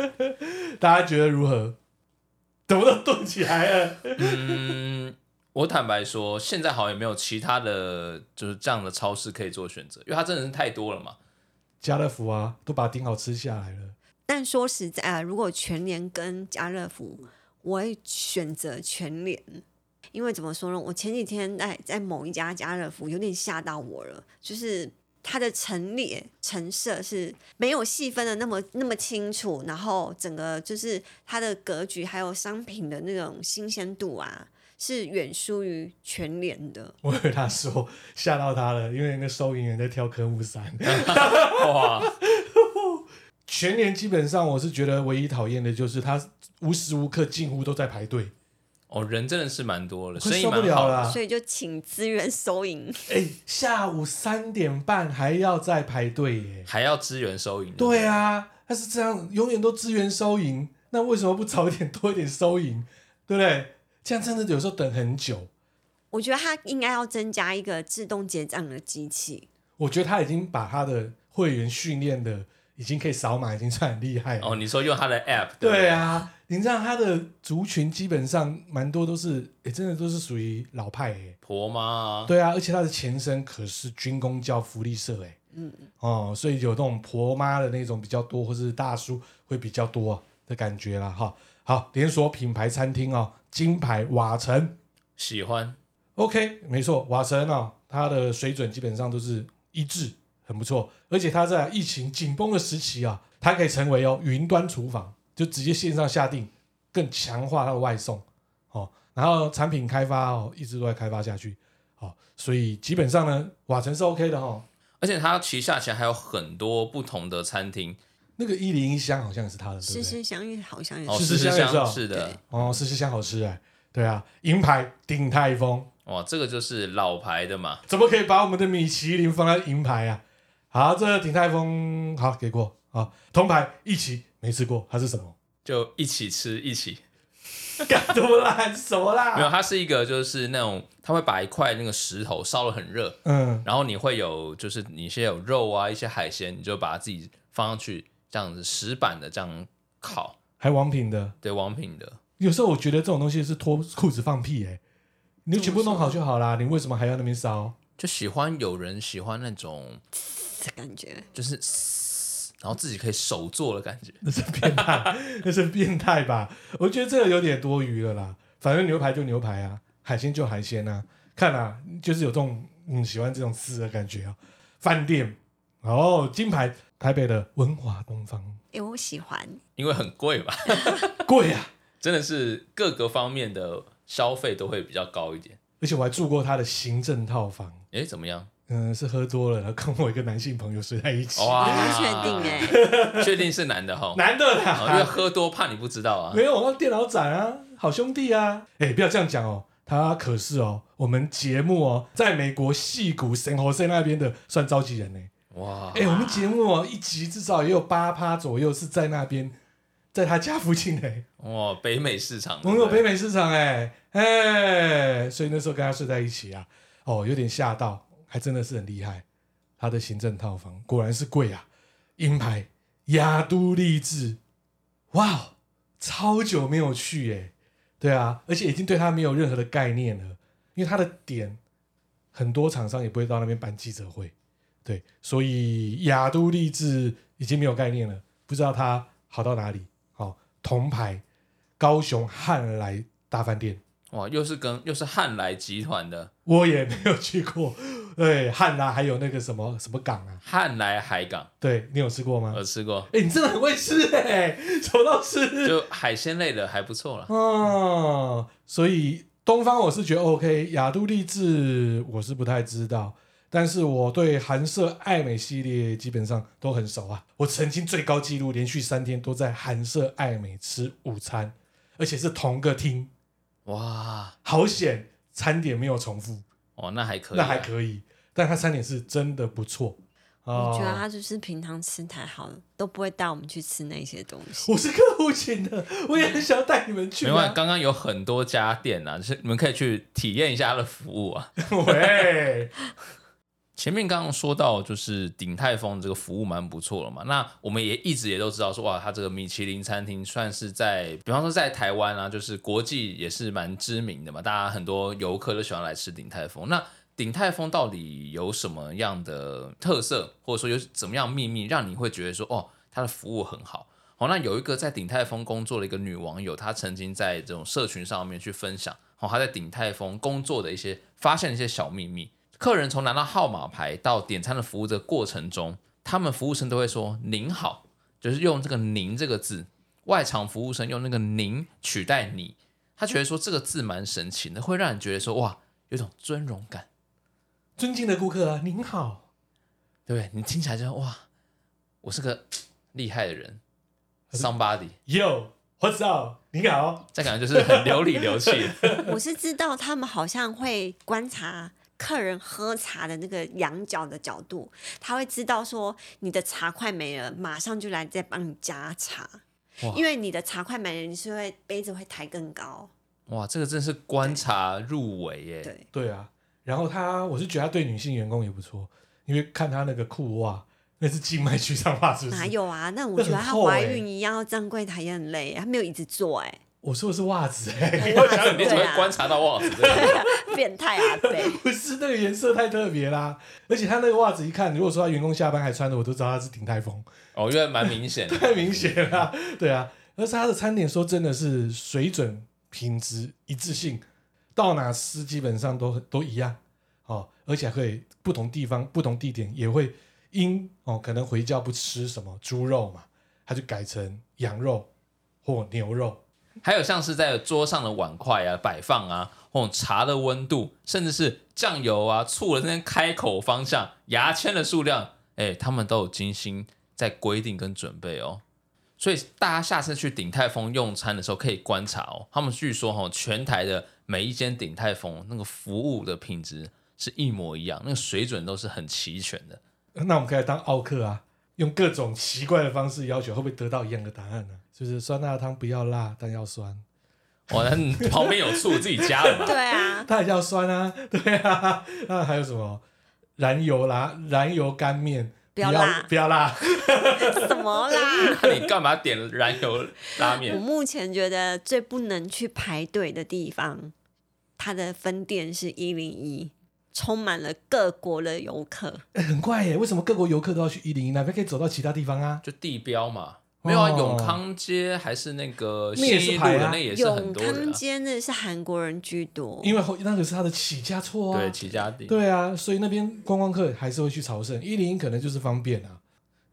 Speaker 5: 大家觉得如何？怎么都动起来了？
Speaker 6: 嗯，我坦白说，现在好像也没有其他的就是这样的超市可以做选择，因为它真的是太多了嘛。
Speaker 5: 家乐福啊，都把顶好吃下来了。
Speaker 7: 但说实在啊，如果全联跟家乐福，我会选择全联，因为怎么说呢？我前几天在在某一家家乐福有点吓到我了，就是它的陈列陈设是没有细分的那么那么清楚，然后整个就是它的格局还有商品的那种新鲜度啊，是远输于全联的。
Speaker 5: 我以为他说吓到他了，因为那收银员在挑科目三。
Speaker 6: 哇，
Speaker 5: 全年基本上我是觉得唯一讨厌的就是他无时无刻近乎都在排队，
Speaker 6: 哦，人真的是蛮多了，
Speaker 5: 快
Speaker 6: 生意
Speaker 5: 受不
Speaker 6: 蛮好
Speaker 5: 了
Speaker 6: 的。
Speaker 5: 了。
Speaker 7: 所以就请资源收银。
Speaker 5: 哎，下午三点半还要再排队耶。
Speaker 6: 还要支援收银。
Speaker 5: 对
Speaker 6: 啊，
Speaker 5: 啊，他是这样，永远都支援收银，那为什么不早一点多一点收银？对不对？这样真的有时候等很久。
Speaker 7: 我觉得他应该要增加一个自动结账的机器。
Speaker 5: 我觉得他已经把他的会员训练的已经可以扫码，已经算很厉害了。
Speaker 6: 哦，你说用他的 app，不
Speaker 5: 对，啊，你知道他的族群基本上蛮多都是，哎、真的都是属于老派哎、
Speaker 6: 婆妈啊，
Speaker 5: 对啊，而且他的前身可是军工教福利社哎、嗯，哦，所以有那种婆妈的那种比较多，或是大叔会比较多、的感觉啦哈。好，连锁品牌餐厅哦，金牌瓦城
Speaker 6: 喜欢，
Speaker 5: ，OK，没错，瓦城哦，它的水准基本上都是一致，很不错。而且它在疫情紧绷的时期啊，它可以成为哦云端厨房，就直接线上下定，更强化它的外送哦。然后产品开发哦，一直都在开发下去。哦，所以基本上呢，瓦城是 OK 的哈、哦。
Speaker 6: 而且他旗下其实还有很多不同的餐厅，
Speaker 5: 那个一零一箱好像也是它的，对
Speaker 7: 事
Speaker 5: 不对？
Speaker 7: 事相遇好像也
Speaker 6: 哦，
Speaker 5: 是
Speaker 7: 是，
Speaker 6: 四
Speaker 5: 是
Speaker 6: 十
Speaker 5: 香也是哦
Speaker 6: 香是的
Speaker 7: 对，
Speaker 5: 哦，四十箱好吃哎，对啊，银牌鼎泰丰，
Speaker 6: 哇，这个就是老牌的嘛，
Speaker 5: 怎么可以把我们的米其林放在银牌啊？好，这鼎泰丰好给过啊，铜牌一起没吃过，它是什么？
Speaker 6: 就一起吃一起。
Speaker 5: 干这么烂什么
Speaker 6: 没有，
Speaker 5: 啦？
Speaker 6: 它是一个就是那种，他会把一块那个石头烧得很热，
Speaker 5: 嗯，
Speaker 6: 然后你会有就是你先有肉啊，一些海鲜，你就把它自己放上去，这样子石板的这样烤，
Speaker 5: 还王品的，
Speaker 6: 对，王品的。
Speaker 5: 有时候我觉得这种东西是脱裤子放屁哎，你就全部弄好就好啦，你为什么还要那边烧？
Speaker 6: 就喜欢有人喜欢那种
Speaker 7: 这感觉
Speaker 6: 就是嘶，然后自己可以手做的感觉。
Speaker 5: 那是变态，那是变态吧？我觉得这个有点多余了啦。反正牛排就牛排啊，海鲜就海鲜啊，看啊，就是有这种嗯喜欢这种吃的感觉啊。饭店，哦，金牌台北的文华东方
Speaker 7: 哎，我喜欢。
Speaker 6: 因为很贵嘛，
Speaker 5: 贵啊，
Speaker 6: 真的是各个方面的消费都会比较高一点。
Speaker 5: 而且我还住过他的行政套房，
Speaker 6: 诶，怎么样？
Speaker 5: 嗯，是喝多了，然后跟我一个男性朋友睡在一起，，
Speaker 7: 我
Speaker 6: 哇
Speaker 7: 不确定哎，
Speaker 6: 确定是男的哈
Speaker 5: 男的
Speaker 6: 哦因为
Speaker 5: 啦，
Speaker 6: 喝多怕你不知道啊
Speaker 5: 没。有，那电脑展啊，好兄弟啊，哎、不要这样讲哦。他可是哦，我们节目哦，在美国戏谷、圣何塞那边的算召集人呢、
Speaker 6: 哇，
Speaker 5: 哎、我们节目哦，一集至少也有八趴左右是在那边，在他家附近哎、
Speaker 6: 哇，北美市场，
Speaker 5: 我们有北美市场哎、哎、所以那时候跟他睡在一起啊，哦，有点吓到，还真的是很厉害。他的行政套房果然是贵啊，银牌雅都励志，哇哦，超久没有去哎、对啊，而且已经对他没有任何的概念了，因为他的点很多厂商也不会到那边办记者会，对，所以雅都励志已经没有概念了，不知道它好到哪里。好、铜牌高雄汉来大饭店，
Speaker 6: 哇，又是跟又是汉来集团的
Speaker 5: 我也没有去过。 对，汉啊来还有那个什么什么港啊，
Speaker 6: 汉来海港，
Speaker 5: 对你有吃过吗
Speaker 6: 我？吃过，
Speaker 5: 哎、你真的很会吃哎、什么都吃。
Speaker 6: 就海鲜类的还不错啦。
Speaker 5: 哦，所以东方我是觉得 OK，雅都励志我是不太知道，但是我对韩舍爱美系列基本上都很熟啊。我曾经最高纪录连续三天都在韩舍爱美吃午餐，而且是同个厅，
Speaker 6: 哇，
Speaker 5: 好险餐点没有重复。
Speaker 6: 哦，那还可以啊，
Speaker 5: 那还可以，但它餐点是真的不错。哦
Speaker 7: 我觉得他就是平常吃太好了，都不会带我们去吃那些东西
Speaker 5: 我。是客户群的，我也很想要带你们去、
Speaker 6: 没关
Speaker 5: 啊
Speaker 6: 系，。刚刚有很多家店啊，就是你们可以去体验一下它的服务啊。
Speaker 5: 喂，
Speaker 6: 前面刚刚说到，就是鼎泰丰这个服务蛮不错了嘛。那我们也一直也都知道说，哇，它这个米其林餐厅算是在，比方说在台湾啊，就是国际也是蛮知名的嘛，大家很多游客都喜欢来吃鼎泰丰。那鼎泰丰到底有什么样的特色，或者说有怎么样秘密，让你会觉得说，哦，它的服务很好？好、那有一个在鼎泰丰工作的一个女网友，她曾经在这种社群上面去分享，哦，她在鼎泰丰工作的一些发现的一些小秘密。客人从拿到号码牌到点餐的服务的过程中，他们服务生都会说“您好”，就是用这个“您”这个字。外场服务生用那个“您”取代“你”，他觉得说这个字蛮神奇的，会让人觉得说哇，有一种尊荣感，
Speaker 5: 尊敬的顾客啊，您好，
Speaker 6: 对不对？你听 起来就哇，我是个厉害的人，somebody。
Speaker 5: 哟，我操，你好，
Speaker 6: 再感觉就是 很流里流气。
Speaker 7: 我是知道他们好像会观察客人喝茶的那个仰角的角度，他会知道说你的茶快没了，马上就来再帮你加茶
Speaker 6: 哇。
Speaker 7: 因为你的茶快没了，你是会杯子会抬更高。
Speaker 6: 哇，这个真是观察入围耶！
Speaker 7: 对，
Speaker 5: 对啊，然后他，我是觉得他对女性员工也不错，因为看他那个裤袜，那是静脉曲张袜，是不
Speaker 7: 哪
Speaker 5: 是？
Speaker 7: 有啊？那我
Speaker 5: 那
Speaker 7: 觉得
Speaker 5: 很
Speaker 7: 她
Speaker 5: 厚
Speaker 7: 怀
Speaker 5: 欸
Speaker 7: 孕一样要站柜台也很累，她没有椅子坐，哎，
Speaker 5: 我说的是袜子、欸，
Speaker 6: 我想你怎么
Speaker 7: 对啊
Speaker 6: 会观察到袜子？这个
Speaker 7: 变态啊，贝。
Speaker 5: 不是那个颜色太特别啦，而且他那个袜子一看，如果说他员工下班还穿的，我都知道他是鼎泰丰，
Speaker 6: 哦，因为蛮明显的，
Speaker 5: 太明显啦，对啊。而是他的餐点说真的是水准、品质一致性，到哪吃基本上都都一样哦，而且还可以不同地方、不同地点也会因哦，可能回教不吃什么猪肉嘛，他就改成羊肉或牛肉，
Speaker 6: 还有像是在桌上的碗筷啊、摆放啊，或者茶的温度，甚至是酱油啊、醋的那些开口方向、牙签的数量，哎，他们都有精心在规定跟准备哦。所以大家下次去鼎泰丰用餐的时候，可以观察哦。他们据说哈、哦，全台的每一间鼎泰丰那个服务的品质是一模一样，那个水准都是很齐全的。
Speaker 5: 那我们可以来当奥克啊，用各种奇怪的方式要求，会不会得到一样的答案呢、就是酸辣汤不要辣，但要酸，
Speaker 6: 哇，哦那你旁边有醋自己加了嘛？
Speaker 7: 对啊，
Speaker 5: 它也叫酸啊， 对啊。那还有什么燃油啦，燃油干面
Speaker 7: 不要辣
Speaker 5: 不要辣。
Speaker 7: 什么啦？
Speaker 6: 那你干嘛点燃油拉
Speaker 7: 我
Speaker 6: 面？
Speaker 7: 目前觉得最不能去排队的地方，它的分店是一零一，充满了各国的游客。
Speaker 5: 哎很怪耶，为什么各国游客都要去一零一那边可以走到其他地方啊？
Speaker 6: 就地标嘛，没有啊，
Speaker 5: 哦
Speaker 6: 永康街还是那个
Speaker 5: 那也
Speaker 6: 西
Speaker 5: 是
Speaker 6: 一路
Speaker 5: 排
Speaker 6: 的
Speaker 5: 啊
Speaker 6: 那也是很
Speaker 7: 永
Speaker 6: 多人
Speaker 7: 康
Speaker 6: 啊，
Speaker 7: 街那是韩国人居多，
Speaker 5: 因为后那个是它的起家错啊。
Speaker 6: 对，齐家地，
Speaker 5: 对啊，所以那边观光客还是会去朝圣。一零一可能就是方便啊。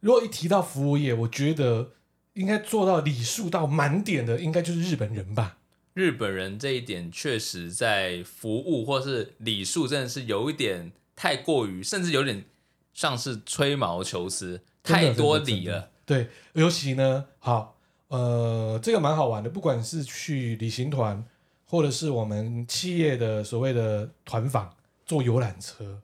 Speaker 5: 如果一提到服务业，我觉得应该做到礼数到满点的，应该就是日本人吧。
Speaker 6: 日本人这一点确实在服务或是礼数真的是有一点太过于，甚至有点像是吹毛求疵，
Speaker 5: 真的
Speaker 6: 太多
Speaker 5: 真的
Speaker 6: 礼
Speaker 5: 真的
Speaker 6: 了。
Speaker 5: 对，尤其呢，好，呃，这个蛮好玩的，不管是去旅行团，或者是我们企业的所谓的团访，坐游览车，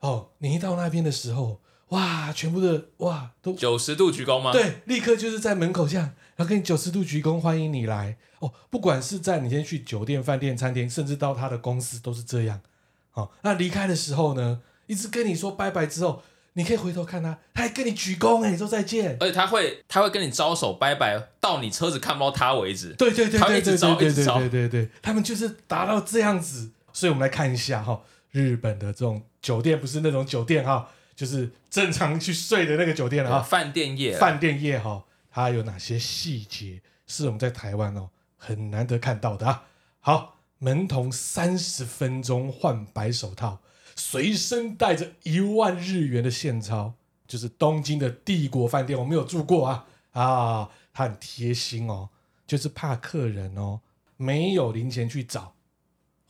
Speaker 5: 哦，你一到那边的时候，哇，全部的哇都
Speaker 6: 九十度鞠躬吗？，
Speaker 5: 对，立刻就是在门口这样，然后跟你九十度鞠躬，欢迎你来哦。不管是在你先去酒店、饭店、餐厅，甚至到他的公司，都是这样。哦，那离开的时候呢，一直跟你说拜拜之后，你可以回头看他，他还跟你鞠躬哎、说再见。
Speaker 6: 而且他会他会跟你招手拜拜，到你车子看不到他为止。
Speaker 5: 对对对
Speaker 6: 他会
Speaker 5: 对
Speaker 6: 一直
Speaker 5: 对
Speaker 6: 招
Speaker 5: 对
Speaker 6: 一
Speaker 5: 对
Speaker 6: 直招
Speaker 5: 对对对，他们就是达到这样子。所以我们来看一下哈、日本的这种酒店不是那种酒店哈、就是正常去睡的那个酒店了哈、
Speaker 6: 啊，饭店业啊
Speaker 5: 饭店业哈、它有哪些细节是我们在台湾哦很难得看到的啊？好，门童三十分钟换白手套，随身带着一万日元的现钞，就是东京的帝国饭店，我没有住过啊啊，他很贴心哦，就是怕客人哦没有零钱去找，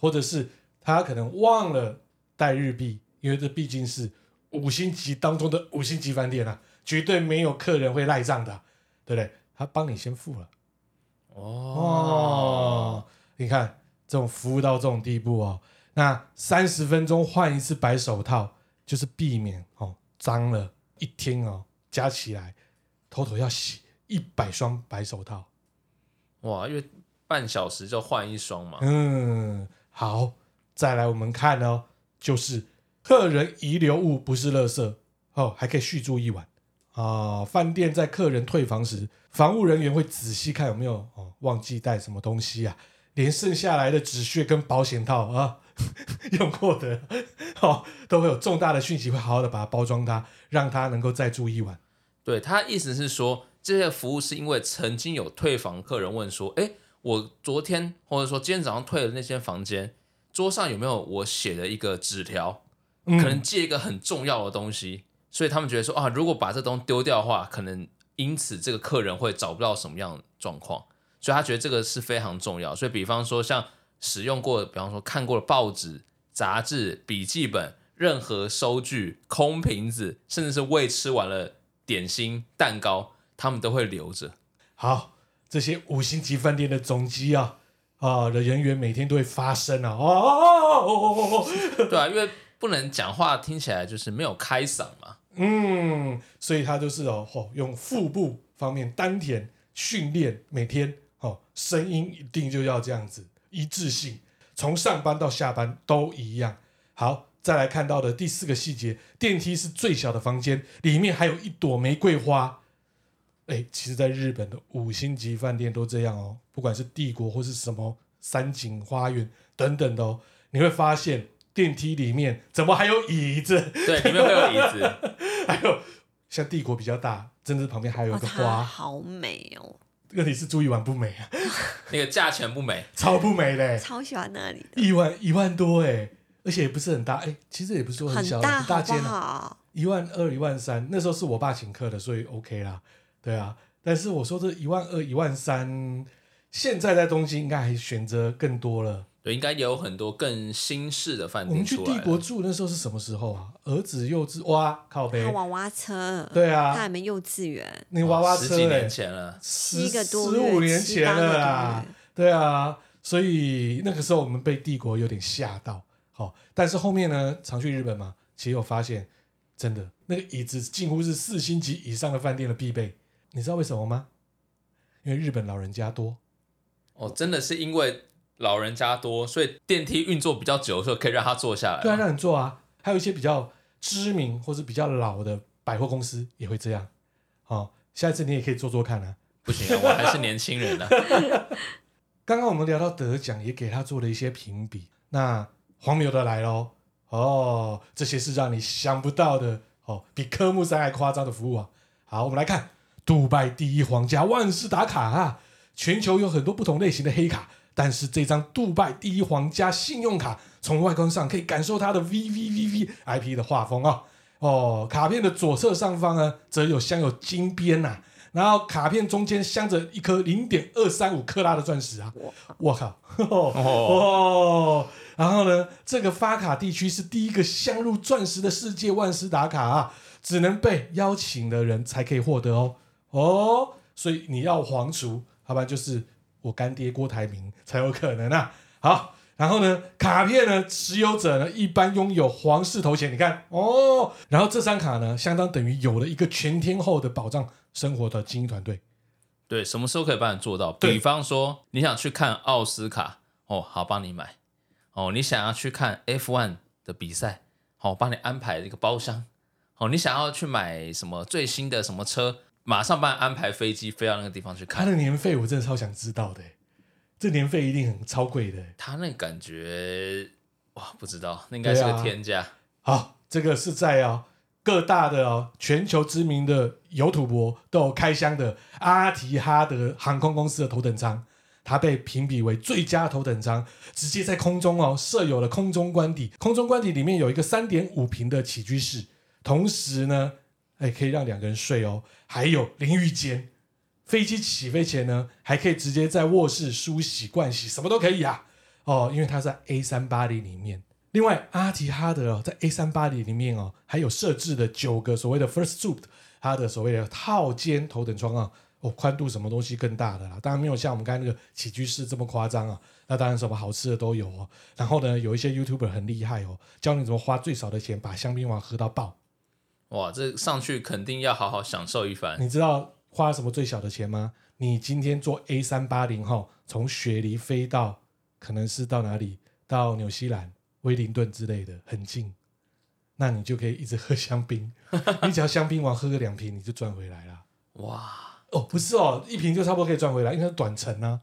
Speaker 5: 或者是他可能忘了带日币，因为这毕竟是五星级当中的五星级饭店啊，绝对没有客人会赖账的啊，对不对？他帮你先付了
Speaker 6: 哦
Speaker 5: 哦，你看这种服务到这种地步哦，那三十分钟换一次白手套，就是避免哦脏了一天哦，加起来偷偷要洗一百双白手套。
Speaker 6: 哇，因为半小时就换一双嘛。
Speaker 5: 嗯，好，再来我们看哦，就是客人遗留物不是垃圾哦，还可以续住一晚啊。饭店在客人退房时，房务人员会仔细看有没有哦忘记带什么东西啊，连剩下来的纸屑跟保险套啊 用过的哦， 都会有重大的讯息，会好好的把它包装它，让它能够再住一晚。
Speaker 6: 对他意思是说，这些服务是因为曾经有退房客人问说，哎，我昨天或者说今天早上退的那间房间，桌上有没有我写的一个纸条，
Speaker 5: 嗯
Speaker 6: 可能借一个很重要的东西，所以他们觉得说啊，如果把这东西丢掉的话，可能因此这个客人会找不到什么样的状况，所以他觉得这个是非常重要。所以比方说像使用过的，比方说看过的报纸、杂志、笔记本，任何收据、空瓶子，甚至是未吃完了点心、蛋糕，他们都会留着。
Speaker 5: 好，这些五星级饭店的总机啊啊的人员每天都会发声啊，哦哦哦哦哦哦，
Speaker 6: 对啊，因为不能讲话，听起来就是没有开嗓嘛。
Speaker 5: 嗯，所以他就是哦，吼用腹部方面丹田训练，每天哦，声音一定就要这样子一致性，从上班到下班都一样。好，再来看到的第四个细节，电梯是最小的房间，里面还有一朵玫瑰花。哎，其实，在日本的五星级饭店都这样哦，不管是帝国或是什么山景花园等等的哦，你会发现电梯里面怎么还有椅子？
Speaker 6: 对，里面会有椅 子，
Speaker 5: 还有像帝国比较大，甚至旁边还有一
Speaker 7: 哦，
Speaker 5: 个
Speaker 7: 它
Speaker 5: 花。
Speaker 7: 好美哦，
Speaker 5: 问题是住一晚不美啊，
Speaker 6: 那个价钱不美，
Speaker 5: 超不美嘞，
Speaker 7: 超喜欢那里的，
Speaker 5: 一万一万多哎，而且也不是很大哎，其实也不是说小，
Speaker 7: 大，
Speaker 5: 很大
Speaker 7: 好不
Speaker 5: 间啊，
Speaker 7: 好？
Speaker 5: 一万二一万三。那时候是我爸请客的，所以 OK 啦，对啊。但是我说这一万二一万三，现在在东京应该还选择更多了。
Speaker 6: 对，应该也有很多更新式的饭
Speaker 5: 我
Speaker 6: 店
Speaker 5: 们去
Speaker 6: 出
Speaker 5: 帝
Speaker 6: 来
Speaker 5: 国
Speaker 6: 了。
Speaker 5: 住那时候是什么时候啊？儿子幼稚哇靠
Speaker 7: 还
Speaker 5: 呗
Speaker 7: 有，娃娃车，
Speaker 5: 对啊
Speaker 7: 他还没幼稚园，
Speaker 5: 那个娃娃
Speaker 6: 哦十
Speaker 5: 车
Speaker 6: 几
Speaker 5: 哎
Speaker 6: 年，前了，
Speaker 5: 十
Speaker 7: 七个多
Speaker 5: 十
Speaker 7: 月
Speaker 5: 五年
Speaker 7: 七
Speaker 5: 前
Speaker 7: 八个
Speaker 5: 了
Speaker 7: 多
Speaker 5: 啦
Speaker 7: 月，
Speaker 5: 对啊，所以那个时候我们被帝国有点吓到，好、但是后面呢，常去日本嘛，其实我发现真的那个椅子近乎是四星级以上的饭店的必备，你知道为什么吗？因为日本老人家多，
Speaker 6: 哦，真的是因为老人家多，所以电梯运作比较久的时候，可以让他坐下来。
Speaker 5: 对啊，让你坐啊，还有一些比较知名或是比较老的百货公司也会这样，好、下一次你也可以做做看啊。
Speaker 6: 不行啊，我还是年轻 人啊。
Speaker 5: 刚刚我们聊到得奖，也给他做了一些评比。那黄牛的来喽，哦，这些是让你想不到的哦，比科目三还夸张的服务啊！好，我们来看杜拜第一皇家万事达卡啊，全球有很多不同类型的黑卡，但是这张杜拜第一皇家信用卡，从外观上可以感受它的 V V V V I P 的画风啊、哦，卡片的左侧上方呢，则有镶有金边呐、然后卡片中间镶着一颗零点二三五克拉的钻石啊！我靠！
Speaker 6: 哦
Speaker 5: 哦，然后呢，这个发卡地区是第一个镶入钻石的世界万斯达卡啊，只能被邀请的人才可以获得哦。哦，所以你要皇族，要不然就是我干爹郭台铭才有可能啊。好，然后呢，卡片呢，持有者呢一般拥有皇室头衔，你看哦。然后这张卡呢，相当等于有了一个全天候的保障生活的精英团队。
Speaker 6: 对，什么时候可以帮你做到？
Speaker 5: 对
Speaker 6: 比方说，你想去看奥斯卡，哦，好帮你买；哦，你想要去看 F1 的比赛，好、帮你安排一个包厢；哦，你想要去买什么最新的什么车，马上帮你安排飞机飞到那个地方去
Speaker 5: 他
Speaker 6: 看。
Speaker 5: 的年费我真的超想知道的欸，这年费一定很超贵的欸。
Speaker 6: 他那个感觉，哇，不知道，那应该是
Speaker 5: 对啊
Speaker 6: 个天价。
Speaker 5: 好，这个是在哦各大的哦全球知名的油土博都有开箱的阿提哈德航空公司的头等舱，它被评比为最佳头等舱，直接在空中哦设有了空中官邸，空中官邸里面有一个三点五平的起居室，同时呢，哎可以让两个人睡哦，还有淋浴间。飞机起飞前呢，还可以直接在卧室梳洗、盥洗，什么都可以啊。哦，因为它在 A 三八零里面。另外，阿提哈德哦，在 A 三八零里面哦，还有设置的九个所谓的 First Suite，它的所谓的套间头等舱啊，哦，宽度什么东西更大的啦，当然没有像我们刚才那个起居室这么夸张啊。那当然什么好吃的都有哦。然后呢，有一些 YouTuber 很厉害哦，教你怎么花最少的钱把香槟王喝到爆。
Speaker 6: 哇，这上去肯定要好好享受一番。
Speaker 5: 你知道花什么最小的钱吗？你今天坐 A 三八零号从雪梨飞到，可能是到哪里？到纽西兰、威灵顿之类的，很近。那你就可以一直喝香槟，你只要香槟王喝个两瓶，你就赚回来了。
Speaker 6: 哇，
Speaker 5: 哦，不是哦，一瓶就差不多可以赚回来，因为它是短程啊。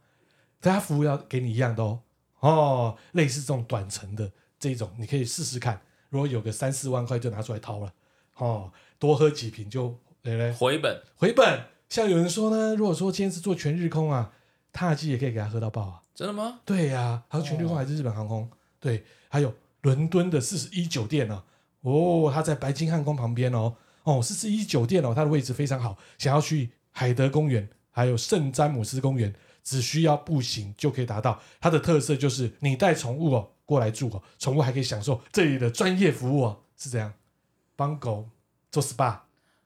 Speaker 5: 但它服务要给你一样的哦，哦，类似这种短程的这一种，你可以试试看。如果有个三四万块，就拿出来掏了，哦，多喝几瓶就来来
Speaker 6: 回本
Speaker 5: 回本。像有人说呢，如果说今天是做全日空啊，踏机也可以给他喝到爆啊。
Speaker 6: 真的吗？
Speaker 5: 对呀、好像全日空还是日本航空，对，还有伦敦的四十一酒店啊，哦，它在白金汉宫旁边哦，哦，四十一酒店哦，它的位置非常好，想要去海德公园，还有圣詹姆斯公园，只需要步行就可以达到。它的特色就是你带宠物哦过来住哦，宠物还可以享受这里的专业服务哦，是这样，帮狗做 SPA，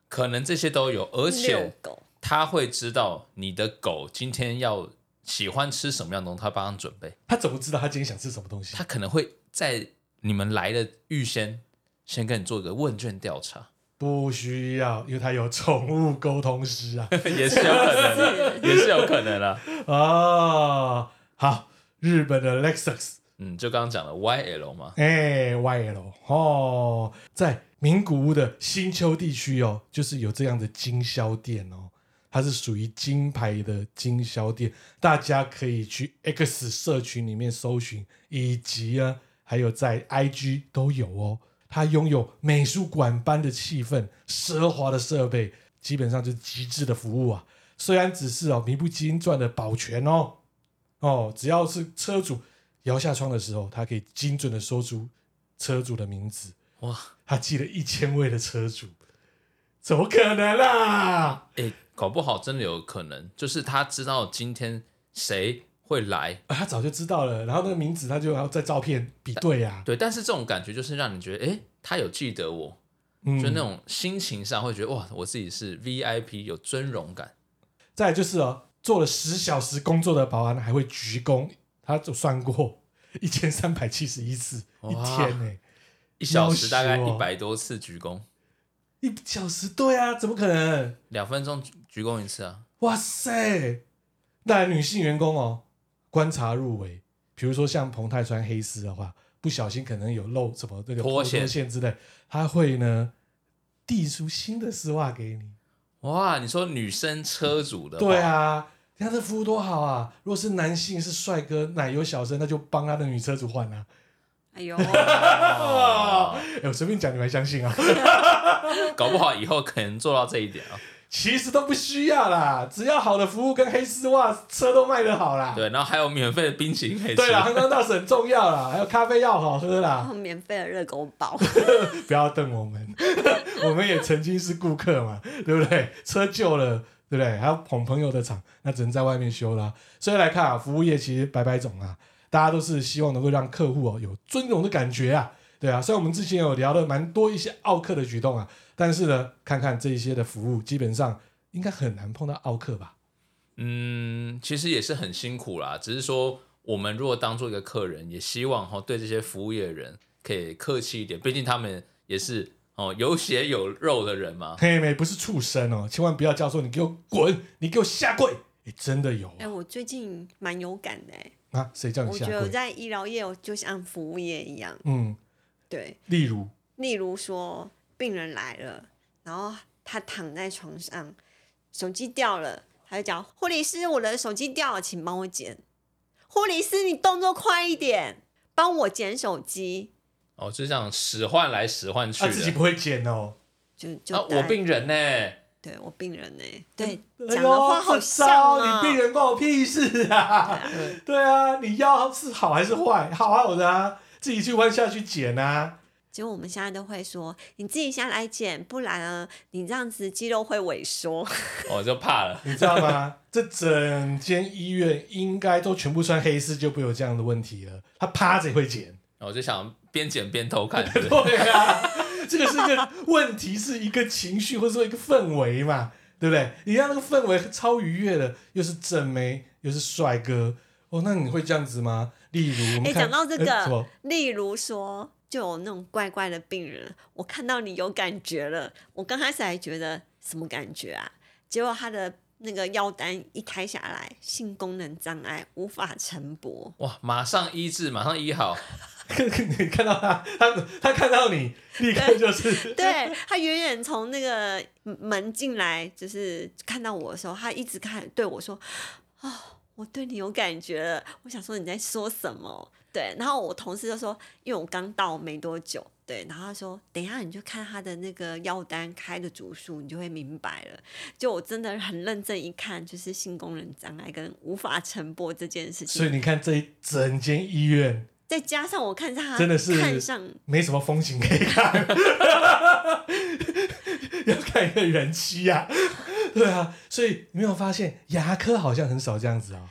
Speaker 6: 可能这些都有，而且
Speaker 7: 遛狗，
Speaker 6: 他会知道你的狗今天要喜欢吃什么样的东西，他帮他准备。
Speaker 5: 他怎么知道他今天想吃什么东西
Speaker 6: 他？可能会在你们来的预先先跟你做一个问卷调查，
Speaker 5: 不需要，因为他有宠物沟通师啊。
Speaker 6: 也是有可能的，也是有可能的。
Speaker 5: 啊，好，日本的 Lexus
Speaker 6: 嗯，就刚刚讲的 YL 嘛，
Speaker 5: 哎，YL 哦，在名古屋的新丘地区哦，就是有这样的经销店哦，它是属于金牌的经销店，大家可以去 X 社群里面搜寻，以及啊，还有在 IG 都有哦。它拥有美术馆般的气氛，奢华的设备，基本上就是极致的服务啊。虽然只是哦名不经传的保全哦，哦，只要是车主摇下窗的时候，他可以精准的说出车主的名字。
Speaker 6: 哇，
Speaker 5: 他记了一千位的车主，怎么可能啊啦？
Speaker 6: 哎、搞不好真的有可能，就是他知道今天谁会来，
Speaker 5: 啊他早就知道了，然后那个名字他就要在照片比对啊呀、
Speaker 6: 对，但是这种感觉就是让你觉得，哎、他有记得我，
Speaker 5: 嗯，
Speaker 6: 就那种心情上会觉得，哇，我自己是 VIP，有尊荣感。
Speaker 5: 再来就是哦，做了十小时工作的保安还会鞠躬，他就算过一千三百七十一次
Speaker 6: 哇
Speaker 5: 一天呢、欸
Speaker 6: 一小时大概
Speaker 5: 要死
Speaker 6: 一
Speaker 5: 我
Speaker 6: 百多次鞠躬，
Speaker 5: 一小时对啊，怎么可能？
Speaker 6: 两分钟鞠鞠躬一次啊。
Speaker 5: 哇塞！那女性员工哦，观察入微，比如说像彭泰穿黑丝的话，不小心可能有漏什么那个
Speaker 6: 脱线
Speaker 5: 线之类，他会呢递出新的丝袜给你。
Speaker 6: 哇，你说女生车主的，
Speaker 5: 对，啊，你看这服务多好啊！如果是男性是帅哥奶油小生，那就帮他的女车主换啊。
Speaker 7: 哎呦，
Speaker 6: 哦
Speaker 5: 哎，我随便讲你们还相信啊？
Speaker 6: 搞不好以后可能做到这一点啊。
Speaker 5: 其实都不需要啦，只要好的服务跟黑丝袜车都卖得好啦。
Speaker 6: 对，然后还有免费的冰淇淋可以吃。
Speaker 5: 对啊啦，，刚刚到是很重要啦，还有咖啡要好喝啦
Speaker 7: 然。后免费的热狗堡，
Speaker 5: 不要瞪我们，我们也曾经是顾客嘛，对不对？车旧了，对不对？还要捧朋友的场，那只能在外面修啦。所以来看啊，服务业其实百百种啊，大家都是希望能够让客户哦有尊荣的感觉啊，对啊。虽然我们之前有聊了蛮多一些奥客的举动啊，但是呢，看看这一些的服务，基本上应该很难碰到奥客吧？
Speaker 6: 嗯，其实也是很辛苦啦，只是说我们如果当做一个客人，也希望哈对这些服务业的人可以客气一点，毕竟他们也是哦有血有肉的人
Speaker 7: 哦
Speaker 6: 嘛。
Speaker 5: 嘿妹不是畜生哦，千万不要叫说你给我滚，你给我下跪，诶真的有
Speaker 7: 哎、我最近蛮有感的、哎，
Speaker 5: 啊？谁叫你
Speaker 7: 我
Speaker 5: 下
Speaker 7: 觉得我
Speaker 5: 跪？
Speaker 7: 在医疗业，我就像服务业一样，
Speaker 5: 嗯，
Speaker 7: 对，
Speaker 5: 例如。
Speaker 7: 例如说，病人来了，然后他躺在床上，手机掉了，他就讲：“护理师，我的手机掉了，请帮我捡。”护理师，你动作快一点，帮我捡手机。
Speaker 6: 哦，就是这样使唤来使唤去
Speaker 5: 他、啊自
Speaker 6: 的。
Speaker 5: 己不会剪哦。
Speaker 7: 就就、
Speaker 6: 啊，我，病人呢、
Speaker 7: 对我病人呢、对，
Speaker 5: 哎呦
Speaker 7: 讲的话好
Speaker 5: 这
Speaker 7: 像
Speaker 5: 招
Speaker 7: 啊、
Speaker 5: 你病人关我屁事啊！对啊，你要是好还是坏，好好的啊，自己去弯下去捡啊。
Speaker 7: 结果我们现在都会说，你自己下来捡，不然啊，你这样子肌肉会萎缩。
Speaker 6: 哦我、就怕了。
Speaker 5: 你知道 吗？这整间医院应该都全部穿黑丝，就不会有这样的问题了。他趴着也会 捡，
Speaker 6: 哦我就想边捡边偷 看，对不对
Speaker 5: 对啊，这个是一个问题，是一个情绪或者说一个氛围嘛，对不对？你让那个氛围超愉悦的，又是正妹，又是帅哥，哦，那你会这样子吗？例如，我们
Speaker 7: 哎、
Speaker 5: 看
Speaker 7: 讲到这
Speaker 5: 哎什
Speaker 7: 个
Speaker 5: 么，
Speaker 7: 例如说，就有那种怪怪的病人，我看到你有感觉了，我刚开始还觉得什么感觉啊，结果他的那个药单一开下来，性功能障碍无法晨勃，
Speaker 6: 哇，马上医治，马上医好，
Speaker 5: 你 看到他，他他看到你，立刻 就是
Speaker 7: 对他远远从那个门进来，就是看到我的时候，他一直看对我说：“啊、我对你有感觉了。”我想说你在说什么？对，然后我同事就说，因为我刚到没多久，对，然后他说，等一下你就看他的那个药单开的主数，你就会明白了。就我真的很认真一看，就是性功能障碍跟无法晨勃这件事
Speaker 5: 所以
Speaker 7: 情，
Speaker 5: 你看这一整间医院
Speaker 7: 再加上我看他
Speaker 5: 真的是
Speaker 7: 看上
Speaker 5: 没什么风景可以看， 要看一个人妻呀、啊，对啊，所以你没有发现牙科好像很少这样子啊、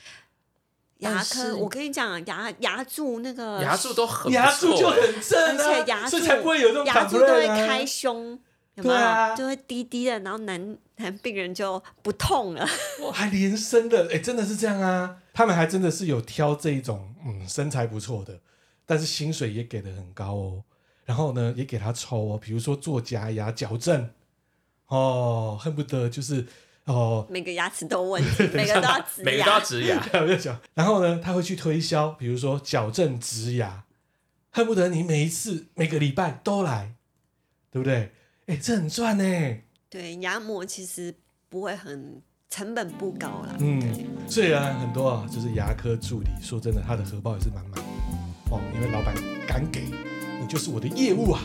Speaker 7: 牙
Speaker 6: 但是
Speaker 7: 科，我跟你讲，牙牙柱那个
Speaker 6: 牙柱都很不错欸
Speaker 5: 牙柱就很正
Speaker 7: 而且
Speaker 5: 啊，
Speaker 7: 牙
Speaker 5: 所
Speaker 7: 柱
Speaker 5: 以才不会有这种
Speaker 7: 牙柱都会
Speaker 5: complaint 啊
Speaker 7: 开胸，有没
Speaker 5: 对
Speaker 7: 有？
Speaker 5: 啊
Speaker 7: 就会低低的，然后男男病人就不痛了。
Speaker 5: 哦还连身的，哎、真的是这样啊！他们还真的是有挑这一种，嗯，身材不错的，但是薪水也给的很高哦。然后呢，也给他抽哦，比如说做假牙矫正，哦，恨不得就是哦，
Speaker 7: 每个牙齿都有问 题，每个都要植
Speaker 6: 每个都要
Speaker 7: 牙。
Speaker 6: 植 牙，
Speaker 5: 我就想，然后呢，他会去推销，比如说矫正植牙，恨不得你每一次每个礼拜都来，对不对？哎、这很赚呢、欸
Speaker 7: 对，牙膜其实不会很成本不高啦。
Speaker 5: 嗯，虽然很多啊，就是牙科助理，说真的，他的荷包也是满满的哦，因为老板敢给，你就是我的业务啊。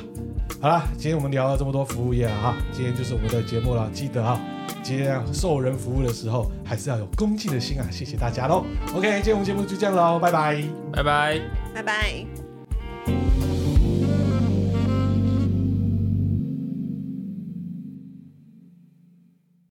Speaker 5: 好啦，今天我们聊了这么多服务业了哈，今天就是我们的节目了，记得啊，今天要受人服务的时候，还是要有恭敬的心啊，谢谢大家喽。OK，今天我们节目就这样喽，拜拜。
Speaker 6: 拜拜。
Speaker 7: 拜拜。